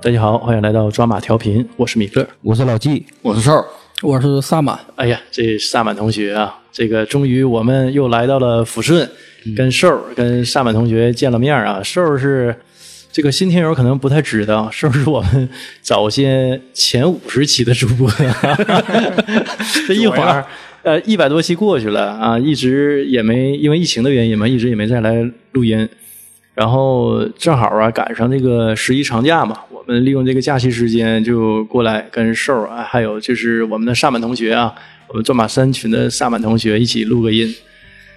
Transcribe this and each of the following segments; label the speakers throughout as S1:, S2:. S1: 大家好，欢迎来到抓马调频，我是米勒。
S2: 我是老纪，
S3: 我是少，
S4: 我是萨满，
S1: 哎呀，这萨满同学啊，这个终于我们又来到了抚顺，跟瘦儿跟萨满同学见了面啊。瘦儿是这个新听友可能不太知道，瘦儿是我们早先前五十期的主 播，这一会儿呃一百多期过去了啊，一直也没因为疫情的原因嘛，一直也没再来录音。然后正好啊，赶上这个十一长假嘛，我们利用这个假期时间就过来跟瘦儿啊，还有就是我们的萨满同学啊，我们转马山群的萨满同学一起录个音，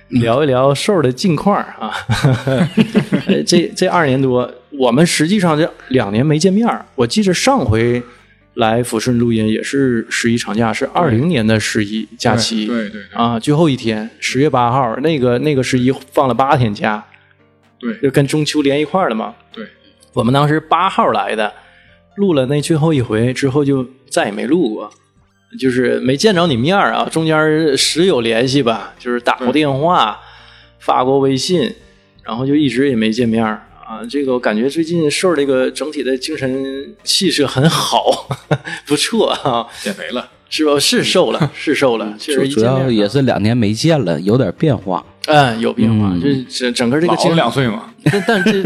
S1: 聊一聊瘦儿的近况 啊。呃这这二年多，我们实际上这两年没见面儿我记着上回来抚顺录音也是十一长假，是二零年的十一假期，
S3: 对对对
S1: 啊，最后一天十月八号，那个那个十一放了八天假。
S3: 对
S1: 就跟中秋连一块儿了嘛。
S3: 对，
S1: 我们当时八号来的，录了那最后一回之后就再也没录过，就是没见着你面儿啊，中间时有联系吧，就是打过电话、发过微信，然后就一直也没见面儿啊。这个我感觉最近瘦儿这个整体的精神气色很好， 不错啊，
S3: 减肥了，
S1: 是吧？是瘦了，是瘦了，确实一
S2: 嗯主
S1: 见面
S4: 啊
S2: 要
S1: 儿
S2: 也是两年没见了，有点变化。
S1: 嗯有变化，
S2: 嗯
S1: 就是整整个这个
S3: 老
S1: 精神
S3: 了两岁嘛，
S1: 但但这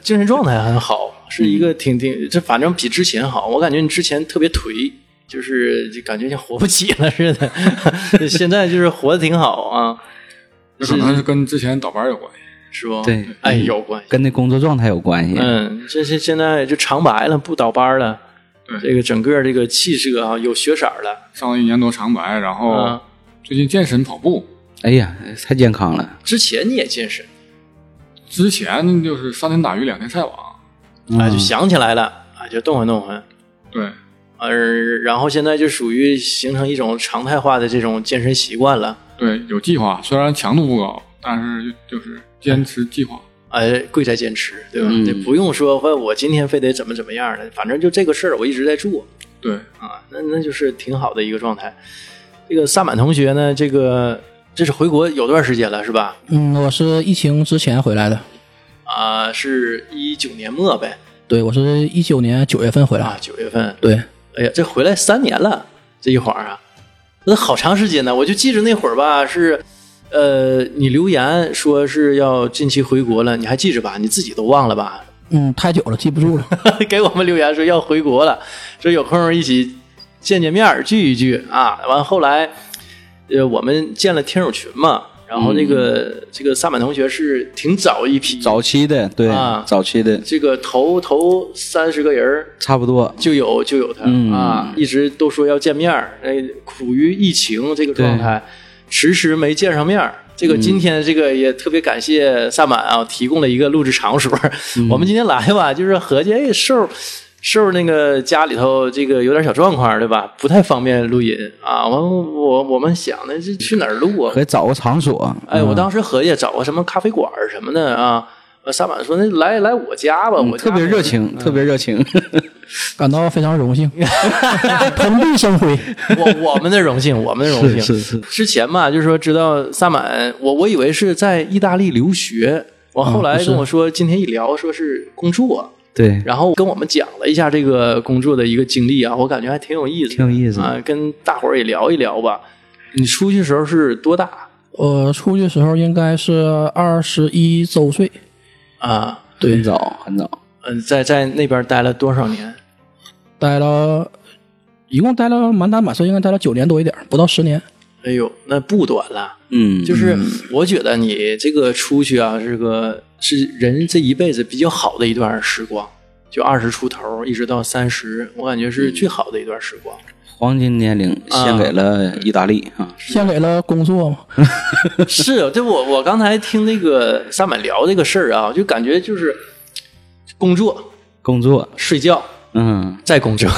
S1: 精神状态很好，是一个挺挺这反正比之前好。我感觉你之前特别颓，就是就感觉像活不起了似的。现在就是活得挺好啊，
S3: 那可能是跟之前倒班有关系。
S1: 是不？
S2: 对
S1: 哎，有关系。
S2: 跟那工作状态有关系。
S1: 嗯，这是现在就长白了，不倒班了。
S3: 对
S1: 这个整个这个气色啊，有血色了。
S3: 上了一年多长白，然后
S1: 啊
S3: 最近健身跑步，
S2: 哎呀，太健康了。
S1: 之前你也健身，
S3: 之前就是三天打鱼两天晒网，
S1: 啊，就
S2: 嗯
S1: 想起来了，啊，就动换动换。
S3: 对
S1: 呃，然后现在就属于形成一种常态化的这种健身习惯了。
S3: 对，有计划，虽然强度不高，但是就就是坚持计划。
S1: 哎，贵在坚持，对吧？
S2: 嗯
S1: 这不用说，哎我我今天非得怎么怎么样的，反正就这个事儿我一直在做
S3: 对，
S1: 啊，那那就是挺好的一个状态。这个萨满同学呢，这个这是回国有段时间了，是吧？
S4: 嗯，我是疫情之前回来的，
S1: 啊、是一九年末呗，
S4: 对我是一九年九月份回来
S1: 啊，，九月份。
S4: 对，
S1: 哎呀，这回来三年了，这一晃啊，那好长时间呢。我就记着那会儿吧，是，呃，你留言说是要近期回国了，你还记着吧？你自己都忘了吧？
S4: 嗯，太久了，记不住 了，
S1: 给我们留言说要回国了，说有空一起见见面儿聚一聚啊。完后来，呃，我们建了听友群嘛，然后这个、这个萨满同学是挺早一批，
S2: 早期的，对
S1: 啊，
S2: 早期的
S1: 这个头头三十个人儿
S2: 差不多。
S1: 就有就有他、
S2: 嗯
S1: 啊，一直都说要见面儿，那苦于疫情这个状态，迟迟没见上面儿。这个今天这个也特别感谢萨满啊，提供了一个录制场 所。
S2: 嗯
S1: 我们今天来吧，就是合计哎瘦瘦那个家里头这个有点小状况，对吧？不太方便录音啊。完我我们想的这去哪儿录啊？
S2: 可以找个场所。
S1: 哎，
S2: 嗯
S1: 我当时合计找个什么咖啡馆儿什么的啊。呃萨满说：“那来来我家吧，我家
S2: 嗯特别
S1: 有
S2: 热情，特别热情。
S4: 嗯感到非常荣 幸，蓬荜生辉。
S1: 我我们的荣幸，我们的荣幸
S2: 是，
S1: 之前嘛，就是说知道萨满，我我以为是在意大利留学，我
S2: 啊
S1: 后来跟我说，今天一聊说是工作，
S2: 对，
S1: 然后跟我们讲了一下这个工作的一个经历啊，我感觉还挺有意思的，
S2: 挺有意思的
S1: 啊，跟大伙儿也聊一聊吧。你出去时候是多大
S4: 我出去时候应该是二十一周岁，
S1: 啊？
S2: 很早很早，
S1: 嗯，在在那边待了多少年？
S4: 待了，一共待了满打满算应该待了九年多一点，不到十年。
S1: 哎呦，那不短了。
S2: 嗯，
S1: 就是我觉得你这个出去啊，这个是人这一辈子比较好的一段时光，就二十出头一直到三十，我感觉是最好的一段时 光。
S2: 黄金年龄献给了意大利啊。
S4: 献给了工作嘛，
S1: 是，对我我刚才听那个萨满聊这个事儿啊，就感觉就是工作、
S2: 工作，
S1: 睡 觉、
S2: 嗯，
S1: 再 工作，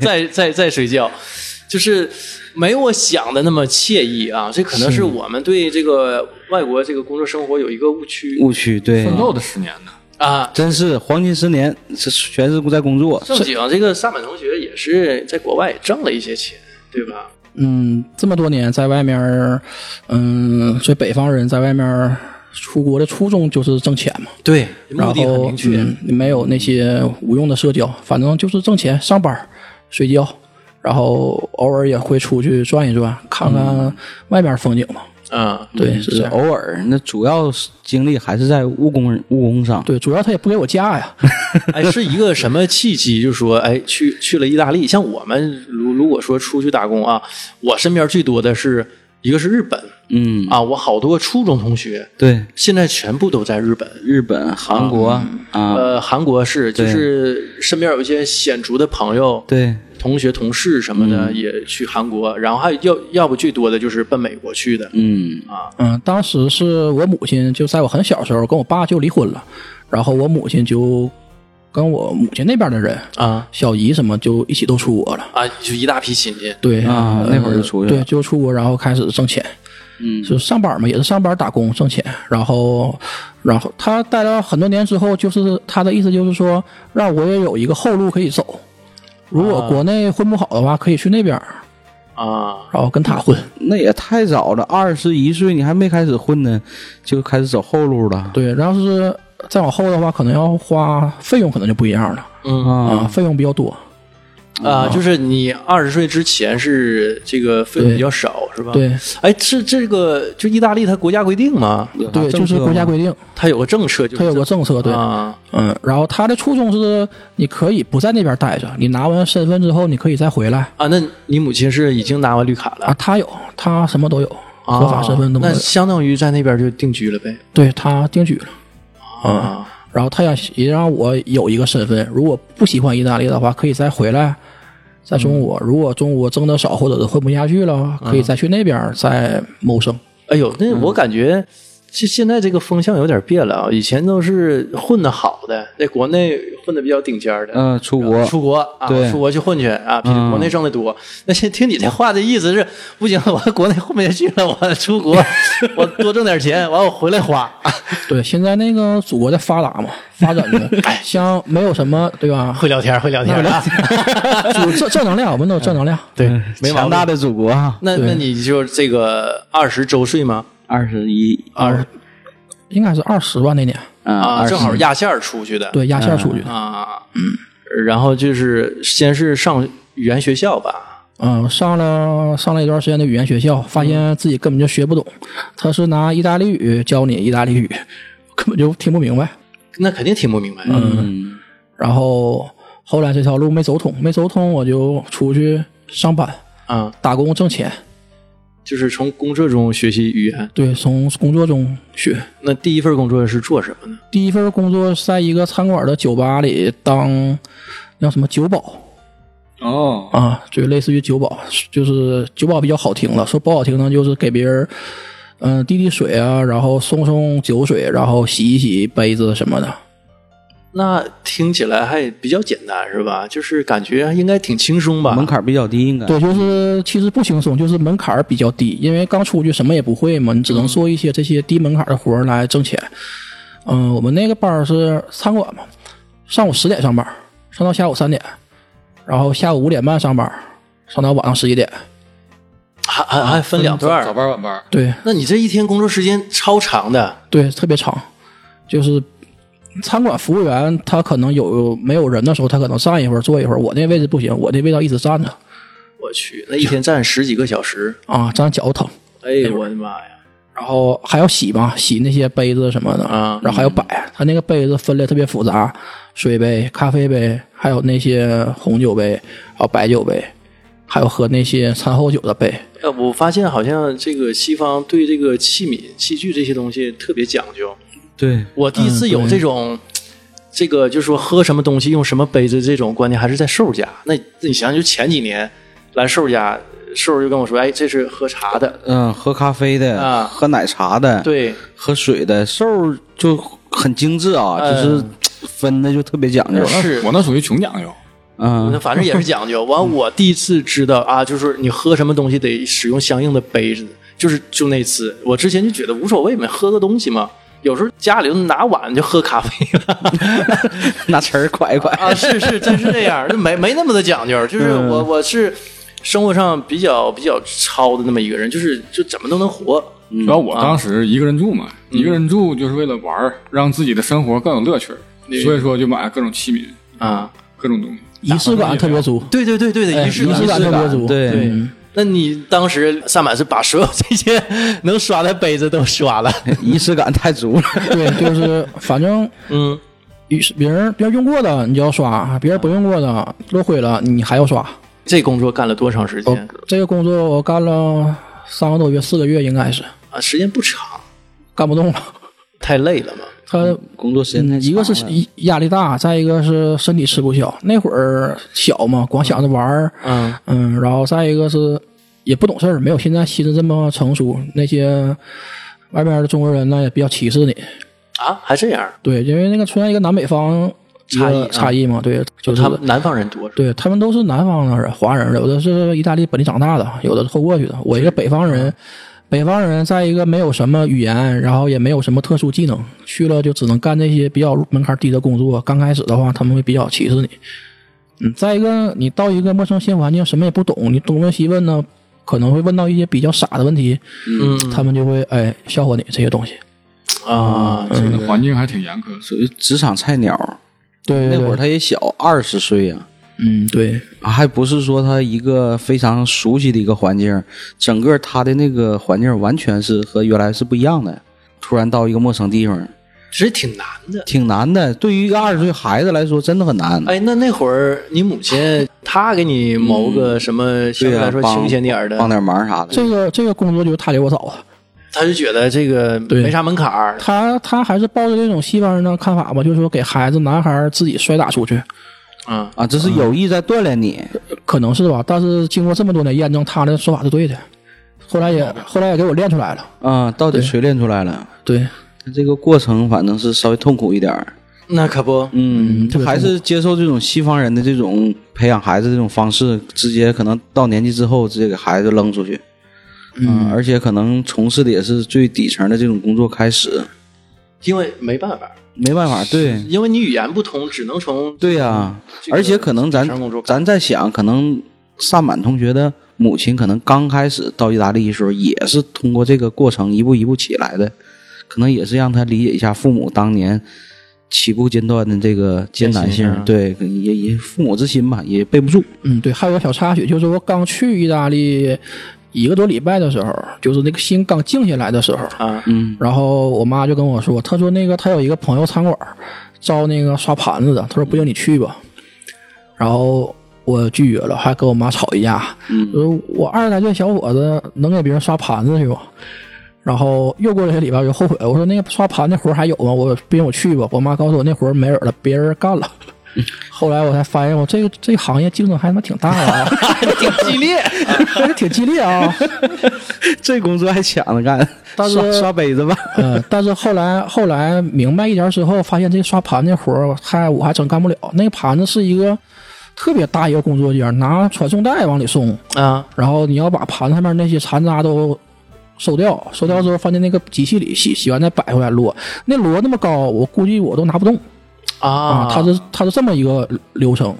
S1: 再再再睡觉，就是没我想的那么惬意啊。这可能是我们对这个外国这个工作生活有一个误区
S2: 误区对，
S3: 奋斗的十年呢，
S1: 啊。
S2: 真是黄金十年，是全是在工作。
S1: 正经，啊这个萨满同学也是在国外也挣了一些钱，对吧？
S4: 嗯，这么多年在外面儿，嗯，这北方人在外面儿出国的初衷就是挣钱嘛，
S1: 对，
S4: 然
S1: 目
S4: 后
S1: 的很明确。
S4: 嗯，没有那些无用的社交，反正就是挣钱、上班、睡觉，然后偶尔也会出去转一转，看
S2: 嗯
S4: 看外边风景嘛。
S1: 嗯，
S4: 对，是这样。
S2: 偶尔，那主要是精力还是在务工务工上。
S4: 对，主要他也不给我 假呀。
S1: 哎，是一个什么契机？就说哎，去去了意大利。像我们如如果说出去打工啊，我身边最多的是一个是日本
S2: 嗯，
S1: 啊，我好多初中同学
S2: 对，
S1: 现在全部都在日本。
S2: 日本、韩国啊，
S1: 呃，韩国是，就是身边有一些显族的朋友、
S2: 对，
S1: 同学、同事什么的也去韩国，然后还有要要不最多的就是奔美国去的。
S2: 嗯
S4: 嗯，当时是我母亲就在我很小时候跟我爸就离婚了，然后我母亲就跟我母亲那边的人，
S1: 啊
S4: 小姨什么就一起都出国了。
S1: 啊，就一大批亲戚。
S4: 对
S2: 啊
S4: 呃
S2: 那会儿就出去了
S4: 对，就出国，然后开始挣钱，
S2: 嗯，
S4: 就上班嘛，也是上班打工挣钱，然后，然后他待了很多年之后，就是他的意思就是说，让我也有一个后路可以走。如果国内混不好的话，可以去那边儿，
S1: 啊，
S4: 然后跟他混。
S2: 那也太早了，二十一岁你还没开始混呢，就开始走后路了。
S4: 对，然后是再往后的话，可能要花费用，可能就不一样了
S1: 嗯
S4: 啊，
S2: 啊，
S4: 费用比较多。
S1: 啊，就是你二十岁之前是这个费用比较少，是吧？。
S4: 对
S1: 哎，是这个就意大利它国家规定吗？
S2: 有啥
S4: 对，
S2: 政
S4: 就是
S2: 策
S4: 国家
S2: 吗
S4: 规定，
S1: 它有个政策，就是
S4: 他有个政策，对，
S1: 啊
S4: 嗯，然后他的初衷是，你可以不在那边待着，你拿完身份之后，你可以再回来。
S1: 啊。那你母亲是已经拿完绿卡
S4: 啊
S1: 了，，
S4: 他有，他什么都有，
S1: 啊
S4: 合法身份都没
S1: 那
S4: 有。
S1: 相当于在那边就定居了呗。
S4: 对他定居了，嗯
S1: 啊
S4: 然后他想也让我有一个身份，如果不喜欢意大利的话，可以再回来，在中国。如果中国挣得少或者是混不下去了，可以再去那边儿再谋生。
S1: 哎呦，那
S4: 嗯
S1: 我感觉现现在这个风向有点变了啊！以前都是混的好的，在国内混的比较顶尖儿的，
S2: 嗯，出国
S1: 出国啊，
S2: 对
S1: 出国去混去啊，比
S2: 嗯
S1: 国内挣的多。那现在听你这话的意思是，不行， 我国内混不下去了，我出 国，我多挣点钱，完我回来花。
S4: 对，现在那个祖国在发达嘛，发展的像没有什么对 吧？
S1: 会聊天，会聊天啊！
S4: 主正正能量，我们都有正能量。
S1: 对，没毛
S2: 嗯强
S1: 病。
S2: 大的祖国啊，
S1: 那那你就这个二十周岁吗？
S2: 二十一
S4: 二，应该是二十吧那年，
S1: 啊，
S2: 啊，
S1: 正好
S2: 20
S1: 压线儿出去的。
S4: 对，压线出去的。
S1: 啊，嗯，然后就是先是上语言学校吧，
S4: 嗯，上了上了一段时间的语言学校，发现自己根本就学不懂。他是拿意大利语教你意大利语，根本就听不明白。
S1: 那肯定听不明白。
S2: 嗯
S4: 然后后来这条路没走通，没走通我就出去上班
S1: 啊，
S4: 打工挣钱。
S1: 就是从工作中学习语言。
S4: 对，从工作中学。
S1: 那第一份工作是做什么呢？
S4: 第一份工作是在一个餐馆的酒吧里当叫什么酒保
S3: 哦，
S4: 啊，就类似于酒保，就是酒保比较好听了，说不好听呢就是给别人。嗯，滴滴水啊，然后送送酒水，然后洗一洗杯子什么的。
S1: 那听起来还比较简单是吧？就是感觉应该挺轻松吧？
S2: 门槛比较低，应该
S4: 对，就是其实不轻松，就是门槛儿比较低，因为刚出去什么也不会嘛，你只能做一些这些低门槛儿的活儿来挣钱。嗯、我们那个班儿是餐馆嘛，上午十点上班儿，上到下午三点，然后下午五点半上班儿，上到晚上十一点。
S1: 还还还分两段
S3: 早
S1: 儿。
S3: 班晚班。
S4: 对
S1: 那你这一天工作时间超长的，
S4: 对，特别长，就是。餐馆服务员他可能有没有人的时候，他可能站一会儿坐一会儿。我那位置不行，我那位置要一直站着
S1: 我去，那一天站十几个小时，
S4: 啊，站脚疼。
S1: 哎我的妈呀！
S4: 然后还要洗嘛，洗那些杯子什么的
S1: 啊
S4: 然后还要摆。它那个杯子分类特别复杂，水杯、咖啡杯，还有那些红酒杯，然后白酒杯，还有喝那些餐后酒的杯。
S1: 呃，我发现好像这个西方对这个器皿、器具这些东西特别讲究。
S2: 对
S1: 我第一次有这种，这个就是说喝什么东西用什么杯子这种观念，还是在瘦家。那那你想想，就前几年来瘦家，瘦就跟我说，哎，这是喝茶的，
S2: 嗯，喝咖啡
S1: 啊
S2: 的，喝奶茶的，，
S1: 对，
S2: 喝水的，瘦儿就很精致啊，
S1: 嗯
S2: 就是分的就特别讲究，
S1: 是
S3: 我。那属于穷讲究，
S1: 那
S2: 嗯，
S1: 反正也是讲究。完，我第一次知道啊，就是你喝什么东西得使用相应的杯子，就是就那次，我之前就觉得无所谓嘛，喝个东西嘛。有时候家里头拿碗就喝咖啡了，
S2: 拿词儿快一 快，
S1: 啊，是是，真是这样，就没没那么的讲究。就是我我是生活上比较比较糙的那么一个人，就是就怎么都能活。
S3: 主要
S1: 啊
S3: 我当时一个人住嘛，
S1: 嗯
S3: 一个人住就是为了玩儿，让自己的生活更有乐趣儿，所以说就买各种器皿、
S1: 啊，
S3: 各种东西。
S4: 仪式感特别足，
S1: 对对对对的，
S4: 哎
S1: 仪式感
S4: 仪式感特别足，
S2: 对
S1: 对
S4: 嗯
S1: 那你当时萨满是把所有这些 能刷的杯子都刷了，
S2: 仪式感太足了。
S4: 对，就是反正
S1: 嗯
S4: 与别人别人用过的你就要刷，别人不用过的落灰了你还要刷。
S1: 这工作干了多长时间？
S4: 这个工作我干了三个多月，四个月应该是
S1: 啊，时间不长，
S4: 干不动了。
S1: 太累了嘛。
S4: 他
S2: 工作时间太
S4: 嗯，一个是
S2: 长了
S4: 一压力大，再一个是身体吃不消。那会儿小嘛，光想着玩儿，
S1: 嗯
S4: 嗯，然后再一个是也不懂事儿，没有现在心思这么成熟。那些外边的中国人呢也比较歧视你，
S1: 啊，还这样？
S4: 对，因为那个存在一个南北方一
S1: 差异
S4: 个
S1: 啊
S4: 差异嘛，对，
S1: 就
S4: 就是
S1: 他们南方人多是吧
S4: 对他们都是南方的人，华人，有的是意大利本地长大的，有的是后过去的。我一个北方
S2: 嗯
S4: 人，北方人在一个没有什么语言，然后也没有什么特殊技能，去了就只能干这些比较门槛低的工作。刚开始的话，他们会比较歧视你。嗯，再一个，你到一个陌生新环境，什么也不懂，你东问西问呢，可能会问到一些比较傻的问题，
S1: 嗯
S4: 他们就会哎笑话你这些东西。
S1: 啊，这
S3: 这个环境还挺严苛的，
S2: 属于职场菜鸟。
S4: 对
S2: 那
S4: 对
S2: 会儿
S4: 对，
S2: 他也小，二十岁呀、
S4: 嗯，对，
S2: 啊，还不是说他一个非常熟悉的一个环境，整个他的那个环境完全是和原来是不一样的。突然到一个陌生地方，
S1: 其实挺难的。
S2: 挺难的。对于一个二十岁孩子来说，真的很难。
S1: 哎，那那会儿你母亲她给你谋个什么相嗯对
S2: 对
S1: 啊
S2: 呀、
S1: 来说
S2: 帮
S1: 清闲点儿的
S2: 帮，点忙啥的。
S4: 这个这个工作就是他给我啊找的。
S1: 她就觉得这个
S4: 对
S1: 没啥门槛儿。
S4: 他他还是抱着这种西方人的看法吧，就是说给孩子男孩儿自己摔打出去，
S1: 嗯，
S2: 啊，这是有意在锻炼你。
S4: 可能是吧。但是经过这么多年验证，他的说法是对的。后来也后来也给我练出来了，
S2: 啊，到底锤炼出来了。
S4: 对，
S2: 但这个过程反正是稍微痛苦一点儿。
S1: 那可不，
S2: 嗯，
S4: 特别
S2: 还是接受这种西方人的这种培养孩子这种方式，直接可能到年纪之后直接给孩子扔出去。嗯，而且可能从事的也是最底层的这种工作开始，
S1: 因为没办法，
S2: 没办法，对
S1: 因为你语言不通，只能从
S2: 对呀、
S1: 嗯这个
S2: 而且可能咱
S1: 底层工作
S2: 咱在想，可能萨满同学的母亲可能刚开始到意大利的时候，也是通过这个过程一步一步起来的，可能也是让他理解一下父母当年起步阶段的这个艰难
S1: 艰辛
S2: 性，
S1: 啊
S2: 对，也也父母之心吧，也备不住。
S4: 嗯，对。还有个小插曲，就是我刚去意大利一个多礼拜的时候，就是那个心刚静下来的时候，
S1: 啊，
S2: 嗯，
S4: 然后我妈就跟我说，她说那个她有一个朋友餐馆儿招那个刷盘子的，她说不行你去吧，然后我拒绝了，还跟我妈吵一架。
S2: 嗯
S4: 呃，我二十来岁小伙子能给别人刷盘子去吗？然后又过了些礼拜，我就后悔，我说那个刷盘那活儿还有吗？我不行，我去吧。我妈告诉我那活儿没人了，别人干了。后来我才发现，我这个这行业竞争还他妈挺大的、 啊，
S1: 挺激烈。
S4: 还是挺激烈啊。
S2: 这工作还抢着干，
S4: 但是
S2: 刷刷杯子吧。
S4: 嗯，但是后来后来明白一点之后，发现这刷盘这活儿还我还真干不了。那个盘子是一个特别大一个工作间，拿传送带往里送，
S1: 啊，
S4: 然后你要把盘上面那些残渣都收掉，收掉之后放进那个机器里洗，洗完再摆回来摞。那摞那么高，我估计我都拿不动
S1: 啊，
S4: 它是它是这么一个流程。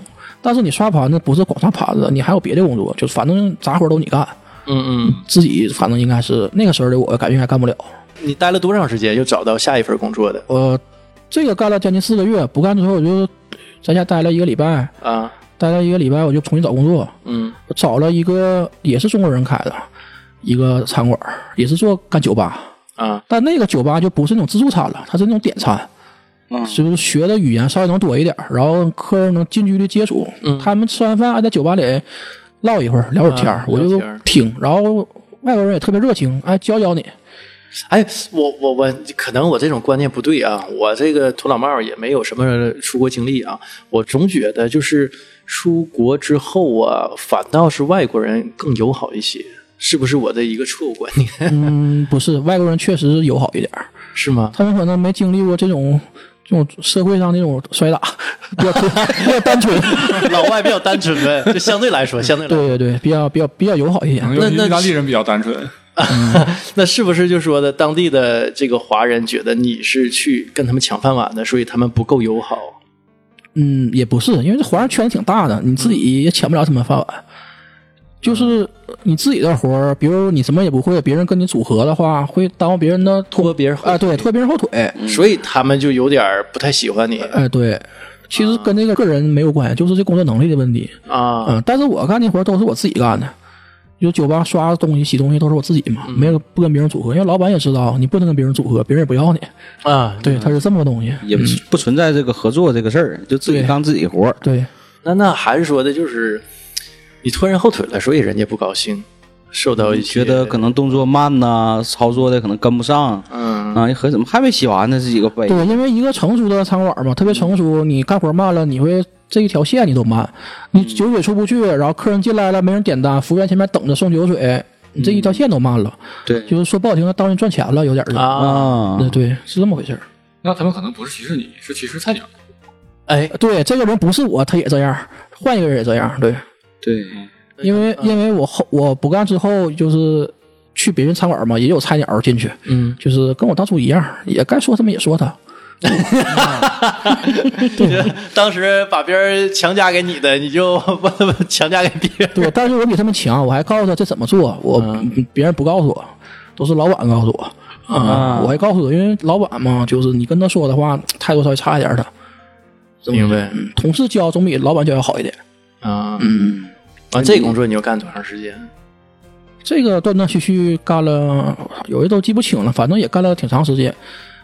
S4: 但是你刷盘子不是光刷盘子，你还有别的工作，就反正杂活都你干，
S1: 嗯嗯，
S4: 自己反正应该是那个时候的我感觉还干不了。
S1: 你待了多长时间又找到下一份工作的
S4: 呃，这个干了将近四个月，不干之后我就在家待了一个礼拜，
S1: 啊？
S4: 待了一个礼拜我就重新找工作，
S1: 嗯
S4: 我找了一个也是中国人开的一个餐馆，也是做干酒吧。
S1: 啊，
S4: 但那个酒吧就不是那种自助餐了，它是那种点餐，
S2: 嗯
S4: 就是学的语言稍微能多一点，然后客人能近距离接触。
S1: 嗯
S4: 他们吃完饭还在酒吧里唠一会儿，聊会儿天儿、
S1: 啊
S4: 我就
S1: 聊天儿
S4: 听。然后外国人也特别热情，哎，教教你。
S1: 哎，我我我，可能我这种观念不对啊，我这个土老帽也没有什么出国经历啊，我总觉得就是出国之后啊，反倒是外国人更友好一些，是不是我的一个错误观念？
S4: 嗯，不是，外国人确实友好一点儿，
S1: 是吗？
S4: 他们可能没经历过这种。这种社会上那种摔打， 比较 比较单纯，
S1: 老外比较单纯呗，就相对来说，相对来说，
S4: 对对对，比较比较比较友好一
S3: 可能
S4: 点。
S3: 尤其
S1: 那那
S3: 意大利人比较单纯，
S1: 那是不是就说的当地的这个华人觉得你是去跟他们抢饭碗的，所以他们不够友好？嗯
S4: 嗯，也不是，因为这华人圈子挺大的，你自己也抢不了他们饭碗。就是你自己的活儿，比如你什么也不会，别人跟你组合的话，会耽误别人的拖
S1: 拖别人后嗯
S4: 啊、对，拖别人后腿。
S1: 所以他们就有点儿不太喜欢你啊
S4: 哎，对，其实跟这个个人没有关系，就是这工作能力的问题。
S1: 啊。
S4: 嗯，但是我干那活儿都是我自己干的，就酒吧刷东西、洗东西都是我自己嘛，没有不跟别人组合，因为老板也知道你不能跟别人组合，别人也不要你。
S1: 啊，
S4: 对，他是这么个东西。
S1: 嗯
S2: 也不不存在这个合作这个事儿，就自己
S4: 对
S2: 干自己活儿。
S4: 对，
S1: 那那还是说的就是你拖人后腿了，所以人家不高兴，受到一些
S2: 觉得可能动作慢呐、操作的可能跟不上
S1: 嗯
S2: 啊。一合怎么还没洗完呢？这几个杯，
S4: 对，因为一个成熟的餐馆嘛，特别成熟，你干活慢了，你会这一条线你都慢，你酒水出不去，然后客人进来了没人点单，服务员前面等着送酒水，你这一条线都慢了，
S2: 对
S4: 就是说不好听的，当人赚钱了，有点儿。
S1: 啊，
S2: 啊，
S4: 对对，是这么回事儿。
S3: 那他们可能不是歧视你，是歧视菜鸟。
S1: 哎，
S4: 对，这个人不是我，他也这样，换一个人也这样。对，
S2: 对，
S3: 嗯
S4: 因为因为我后我不干之后，就是去别人餐馆嘛，也有菜鸟进去，
S1: 嗯，
S4: 就是跟我当初一样，也该说他们也说他。
S1: 当时把别人强加给你的，你就 把他们强加给别人。
S4: 对，但是我比他们强，我还告诉他这怎么做，我、别人不告诉我，都是老板告诉我啊、我还告诉他，因为老板嘛，就是你跟他说的话态度稍微差一点的，
S1: 明白
S4: 同事教总比老板教要好一点。
S1: 啊，嗯，完这工作你又干多长时间？
S4: 这个断断续续干了，有的都记不清了，反正也干了挺长时间。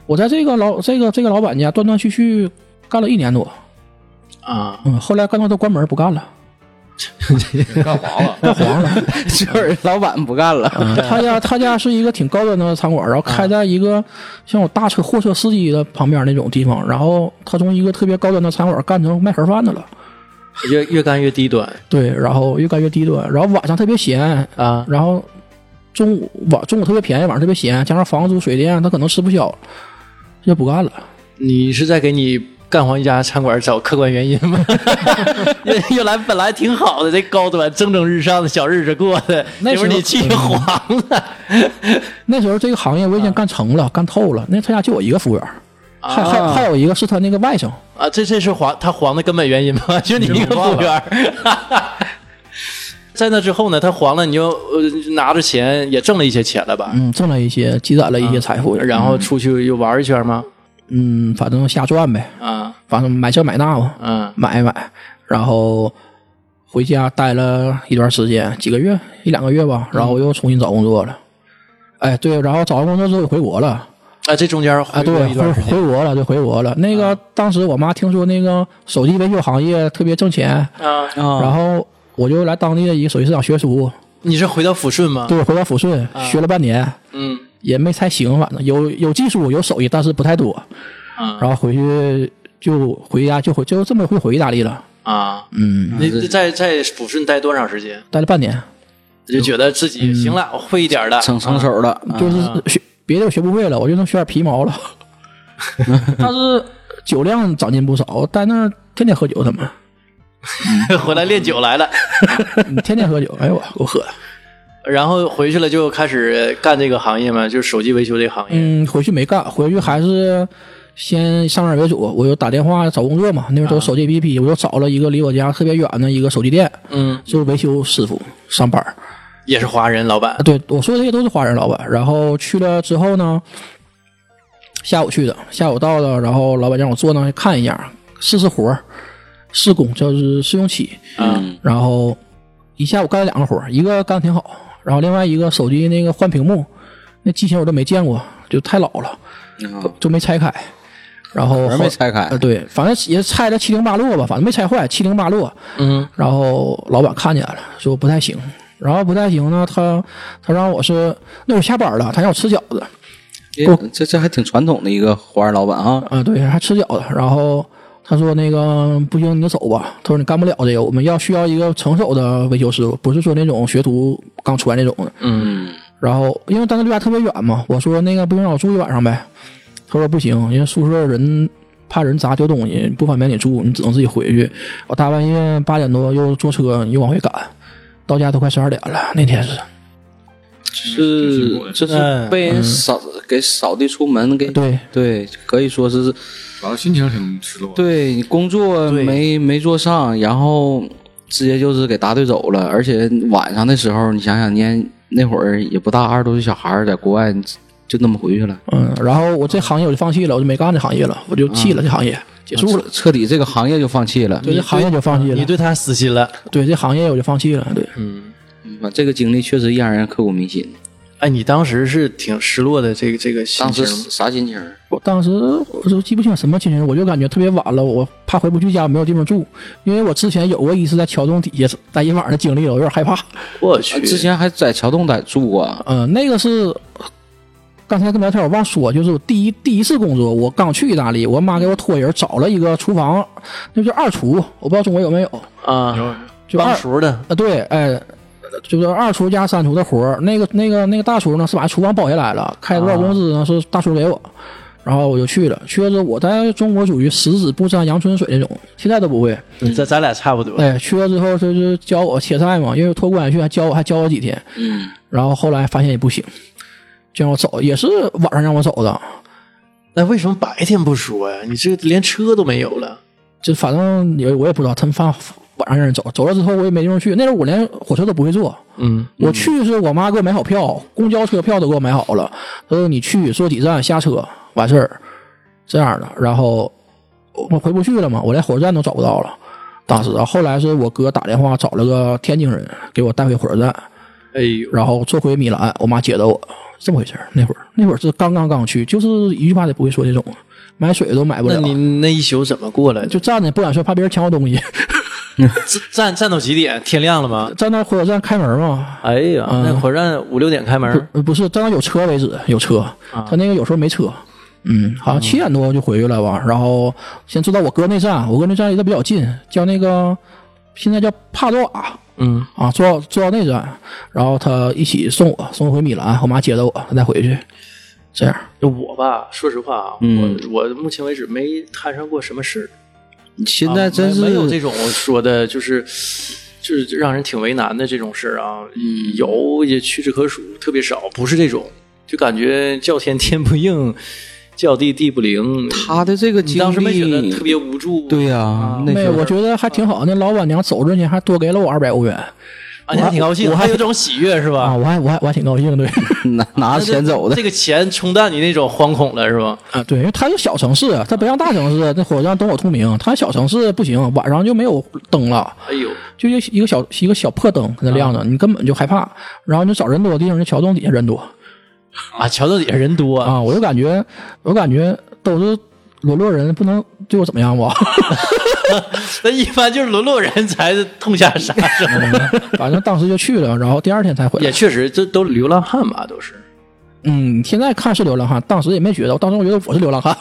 S4: 我在这个老这个这个老板家断断续续干了一年多，
S1: 啊，
S4: 嗯，后来干脆都关门不干了，
S3: 干黄了，
S4: 干黄了。
S2: 就是老板不干了，
S4: 嗯他家他家是一个挺高端的餐馆，然后开在一个像我大车货车司机的旁边那种地方，然后他从一个特别高端的餐馆干成卖盒饭的了，
S1: 越越干越低端
S4: 对，然后越干越低端，然后晚上特别闲，
S1: 啊
S4: 然后中午晚中午特别便宜，晚上特别闲，加上房租水电，他可能吃不消，就不干了。
S1: 你是在给你干黄一家餐馆找客观原因吗？ 越越来本来挺好的，这高端蒸蒸日上的小日子过的，
S4: 那
S1: 结
S4: 时候
S1: 果你气黄了，
S4: 那时候这个行业我已经干成了，干透了。那他家就我一个服务员，还还
S3: 啊
S4: 还有一个是他那个外甥。
S1: 啊，这这是黄他黄的根本原因吗？ 就你一个服务员儿。 在那之后呢，他黄了，你就、呃、拿着钱也挣了一些钱了吧？
S4: 嗯，挣了一些，积攒了
S1: 嗯
S4: 一些财富，
S1: 然后出去又玩一圈吗？
S4: 嗯，反正瞎转呗，
S1: 啊
S4: 反正买这买那吧，
S1: 嗯
S4: 买一买，然后回家待了一段时间，几个月一两个月吧，
S1: 嗯
S4: 然后又重新找工作了。哎，对，然后找完工作之后回国了，
S1: 啊，这中间
S4: 啊，
S1: 回
S4: 对，
S1: 过一
S4: 回
S1: 段时间嗯
S4: 回国了，对，回国了。那个当时我妈听说那个手机维修行业特别挣钱，
S1: 啊，
S4: 然后我就来当地的一个手机市场学书，
S1: 你是回到抚顺吗？
S4: 对，回到抚顺学了半年，
S1: 嗯
S4: 也没太行，反正有有技术有手艺，但是不太多。
S1: 啊
S4: 然后回去就回家，就回就这么会回意大利了。
S1: 啊，
S4: 嗯，
S1: 你在在抚顺待多长时间？
S4: 待了半年，
S1: 就觉得自
S4: 嗯
S1: 己行了，我会一点了。
S2: 成成手了，
S4: 就是学别的我学不会了，我就能学点皮毛了。 但是酒量长进不少，在那儿天天喝酒，他们
S1: 回来练酒来了，
S4: 天天喝酒，哎呦我我喝。
S1: 然后回去了就开始干这个行业嘛，就是手机维修这个行业。
S4: 嗯，回去没干，回去还是先上班为主。我就打电话找工作嘛，那时候都手机 APP，、我就找了一个离我家特别远的一个手机店，
S1: 嗯，
S4: 就是维修师傅上班儿。
S1: 也是华人老板
S4: 啊，对我说的这些都是华人老板。然后去了之后呢，下午去的，下午到了，然后老板让我坐那儿看一下，试试活儿试工就是试用期。
S1: 嗯
S4: 然后一下午干了两个活儿一个干得挺好，然后另外一个手机那个换屏幕，那机型我都没见过，就太老了，
S2: 嗯
S1: 嗯
S4: 就没拆开。然后
S2: 门
S4: 后
S2: 没拆开
S4: 呃，，对，反正也拆的七零八落吧，反正没拆坏，七零八落。
S1: 嗯，
S4: 然后老板看见了，说不太行。然后不太行呢，他他让我是那会儿下班了，他让我吃饺子
S2: 诶哎这这还挺传统的一个华人老板啊，
S4: 啊，对，还吃饺子。然后他说那个不行，你就走吧。他说你干不了这个，我们要需要一个成熟的维修师傅，不是说那种学徒刚出来那种的。
S1: 嗯
S4: 然后因为当时离家特别远嘛，我说那个不行，让我住一晚上呗。他说不行，因为宿舍人怕人砸丢东西，不方便你住，你只能自己回去。我大半夜八点多又坐车又往回赶，到家都快十二点了。那天是
S2: 是
S1: 嗯
S2: 这是被人扫给扫地出门给
S4: 对
S2: 嗯对，可以说是
S3: 完了心情挺失落。，
S2: 对你工作没没做上，然后直接就是给答对走了。而且晚上的时候，你想想，年那会儿也不大，二十多岁小孩儿在国外就那么回去了，
S4: 嗯，然后我这行业我就放弃了，我就没干这行业了，我就弃了这行业，结束了。
S2: 彻底这个行业就放弃了。
S4: 对这行业就放弃
S1: 嗯你
S4: 了，
S1: 对他死心了。
S4: 对这行业我就放弃了。对，
S2: 嗯这个经历确实让人刻骨铭心。
S1: 哎，你当时是挺失落的，这个这个心
S2: 当时
S1: 情。
S2: 啥心情？
S4: 我当时我都记不清什么心情，我就感觉特别晚了，我怕回不去家，我没有地方住，因为我之前有过一次在桥洞底下待一晚上的经历，我有点害怕。
S1: 我去，
S2: 呃之前还在桥洞在住过、
S4: 嗯、那个是刚才跟聊天我忘说，就是我第一第一次工作，我刚去意大利，我妈给我托人找了一个厨房，那就二厨，我不知道中国有没有，
S1: 啊，
S4: 就
S1: 帮
S4: 二
S1: 熟的，
S4: 啊，对，哎，就是二厨加三厨的活儿。那个那个那个大厨呢，是把厨房包下来了，开多少工资呢？是大厨给我，然后我就去了。去了之后，我在中国属于十指不沾阳春水那种，现在都不会。
S1: 咱咱俩差不多。
S4: 哎，去了之后就是教我切菜嘛，因为托关系还教我还教我几天。
S2: 嗯，
S4: 然后后来发现也不行，就让我走，也是晚上让我走的。
S1: 那为什么白天不说呀？你这连车都没有了。
S4: 就反正也我也不知道，他们发晚上让人走，走了之后我也没地方去。那时候我连火车都不会坐，
S1: 嗯，
S4: 我去是我妈给我买好票，公交车票都给我买好了。她说你去坐几站下车完事儿，这样的。然后我回不去了嘛，我连火车站都找不到了。当时啊，后来是我哥打电话找了个天津人给我带回火车站，
S1: 哎呦，
S4: 然后坐回米兰，我妈接的我，这么回事儿。那会儿那会儿是刚刚刚去，就是一句话都不会说这种，买水都买不
S1: 那
S4: 了，
S1: 你那一宿怎么过来？就
S4: 就站着不敢说，怕别人抢我东西。
S1: 站站到几点？天亮了吗？
S4: 站那火车站开门嘛，
S1: 哎呀，那火车站五六点开门，
S4: 呃，不是，站到有车为止，有车。
S2: 啊
S4: 他那个有时候没车，嗯，好像七点多就回去了吧。然后先知道我哥那站，我哥那站离得比较近，叫那个现在叫帕多瓦
S1: 嗯，
S4: 啊，坐到坐到那站，然后他一起送我送我回米兰，我妈接的我，他再回去，这样。
S1: 就我吧，说实话啊，
S2: 嗯
S1: 我我目前为止没摊上过什么事儿。
S2: 现在真是、
S1: 啊没没有这种说的，就是就是让人挺为难的这种事儿啊，有也屈指可数，特别少，不是这种，就感觉叫天天不应，叫地地不灵。
S2: 他的这个
S1: 你
S2: 经历，
S1: 当时没觉得特别无啊助？
S2: 对呀、那
S4: 那
S2: 时候
S4: 我觉得还挺好，那老板娘走之前还多给了我二百欧元
S1: 啊，你还挺高兴，
S4: 我还
S1: 还有种喜悦是
S4: 啊，
S1: 吧？
S4: 我还我还我还挺高兴，对
S2: 拿啊拿着钱走的
S1: 这，个钱冲淡你那种惶恐了是吧？
S4: 啊，对，因为他是小城市，啊他不像大城市，那火车站灯火通明，他小城市不行，晚上就没有灯了。
S1: 哎呦，
S4: 就一一个小一个小破灯搁那亮着，你根本就害怕。然后你找人多的地方，就桥洞底下人多
S1: 啊，桥洞底下人多啊，
S4: 啊，我就感觉我感觉都是沦落人，不能对我怎么样吧？
S1: 那一般就是沦落人才痛下杀 手。
S4: 反正当时就去了，然后第二天才回
S1: 也
S4: 来。
S1: 确实，这都流浪汉吧，都是。
S4: 嗯，现在看是流浪汉，当时也没觉得，当时我觉得我是流浪汉。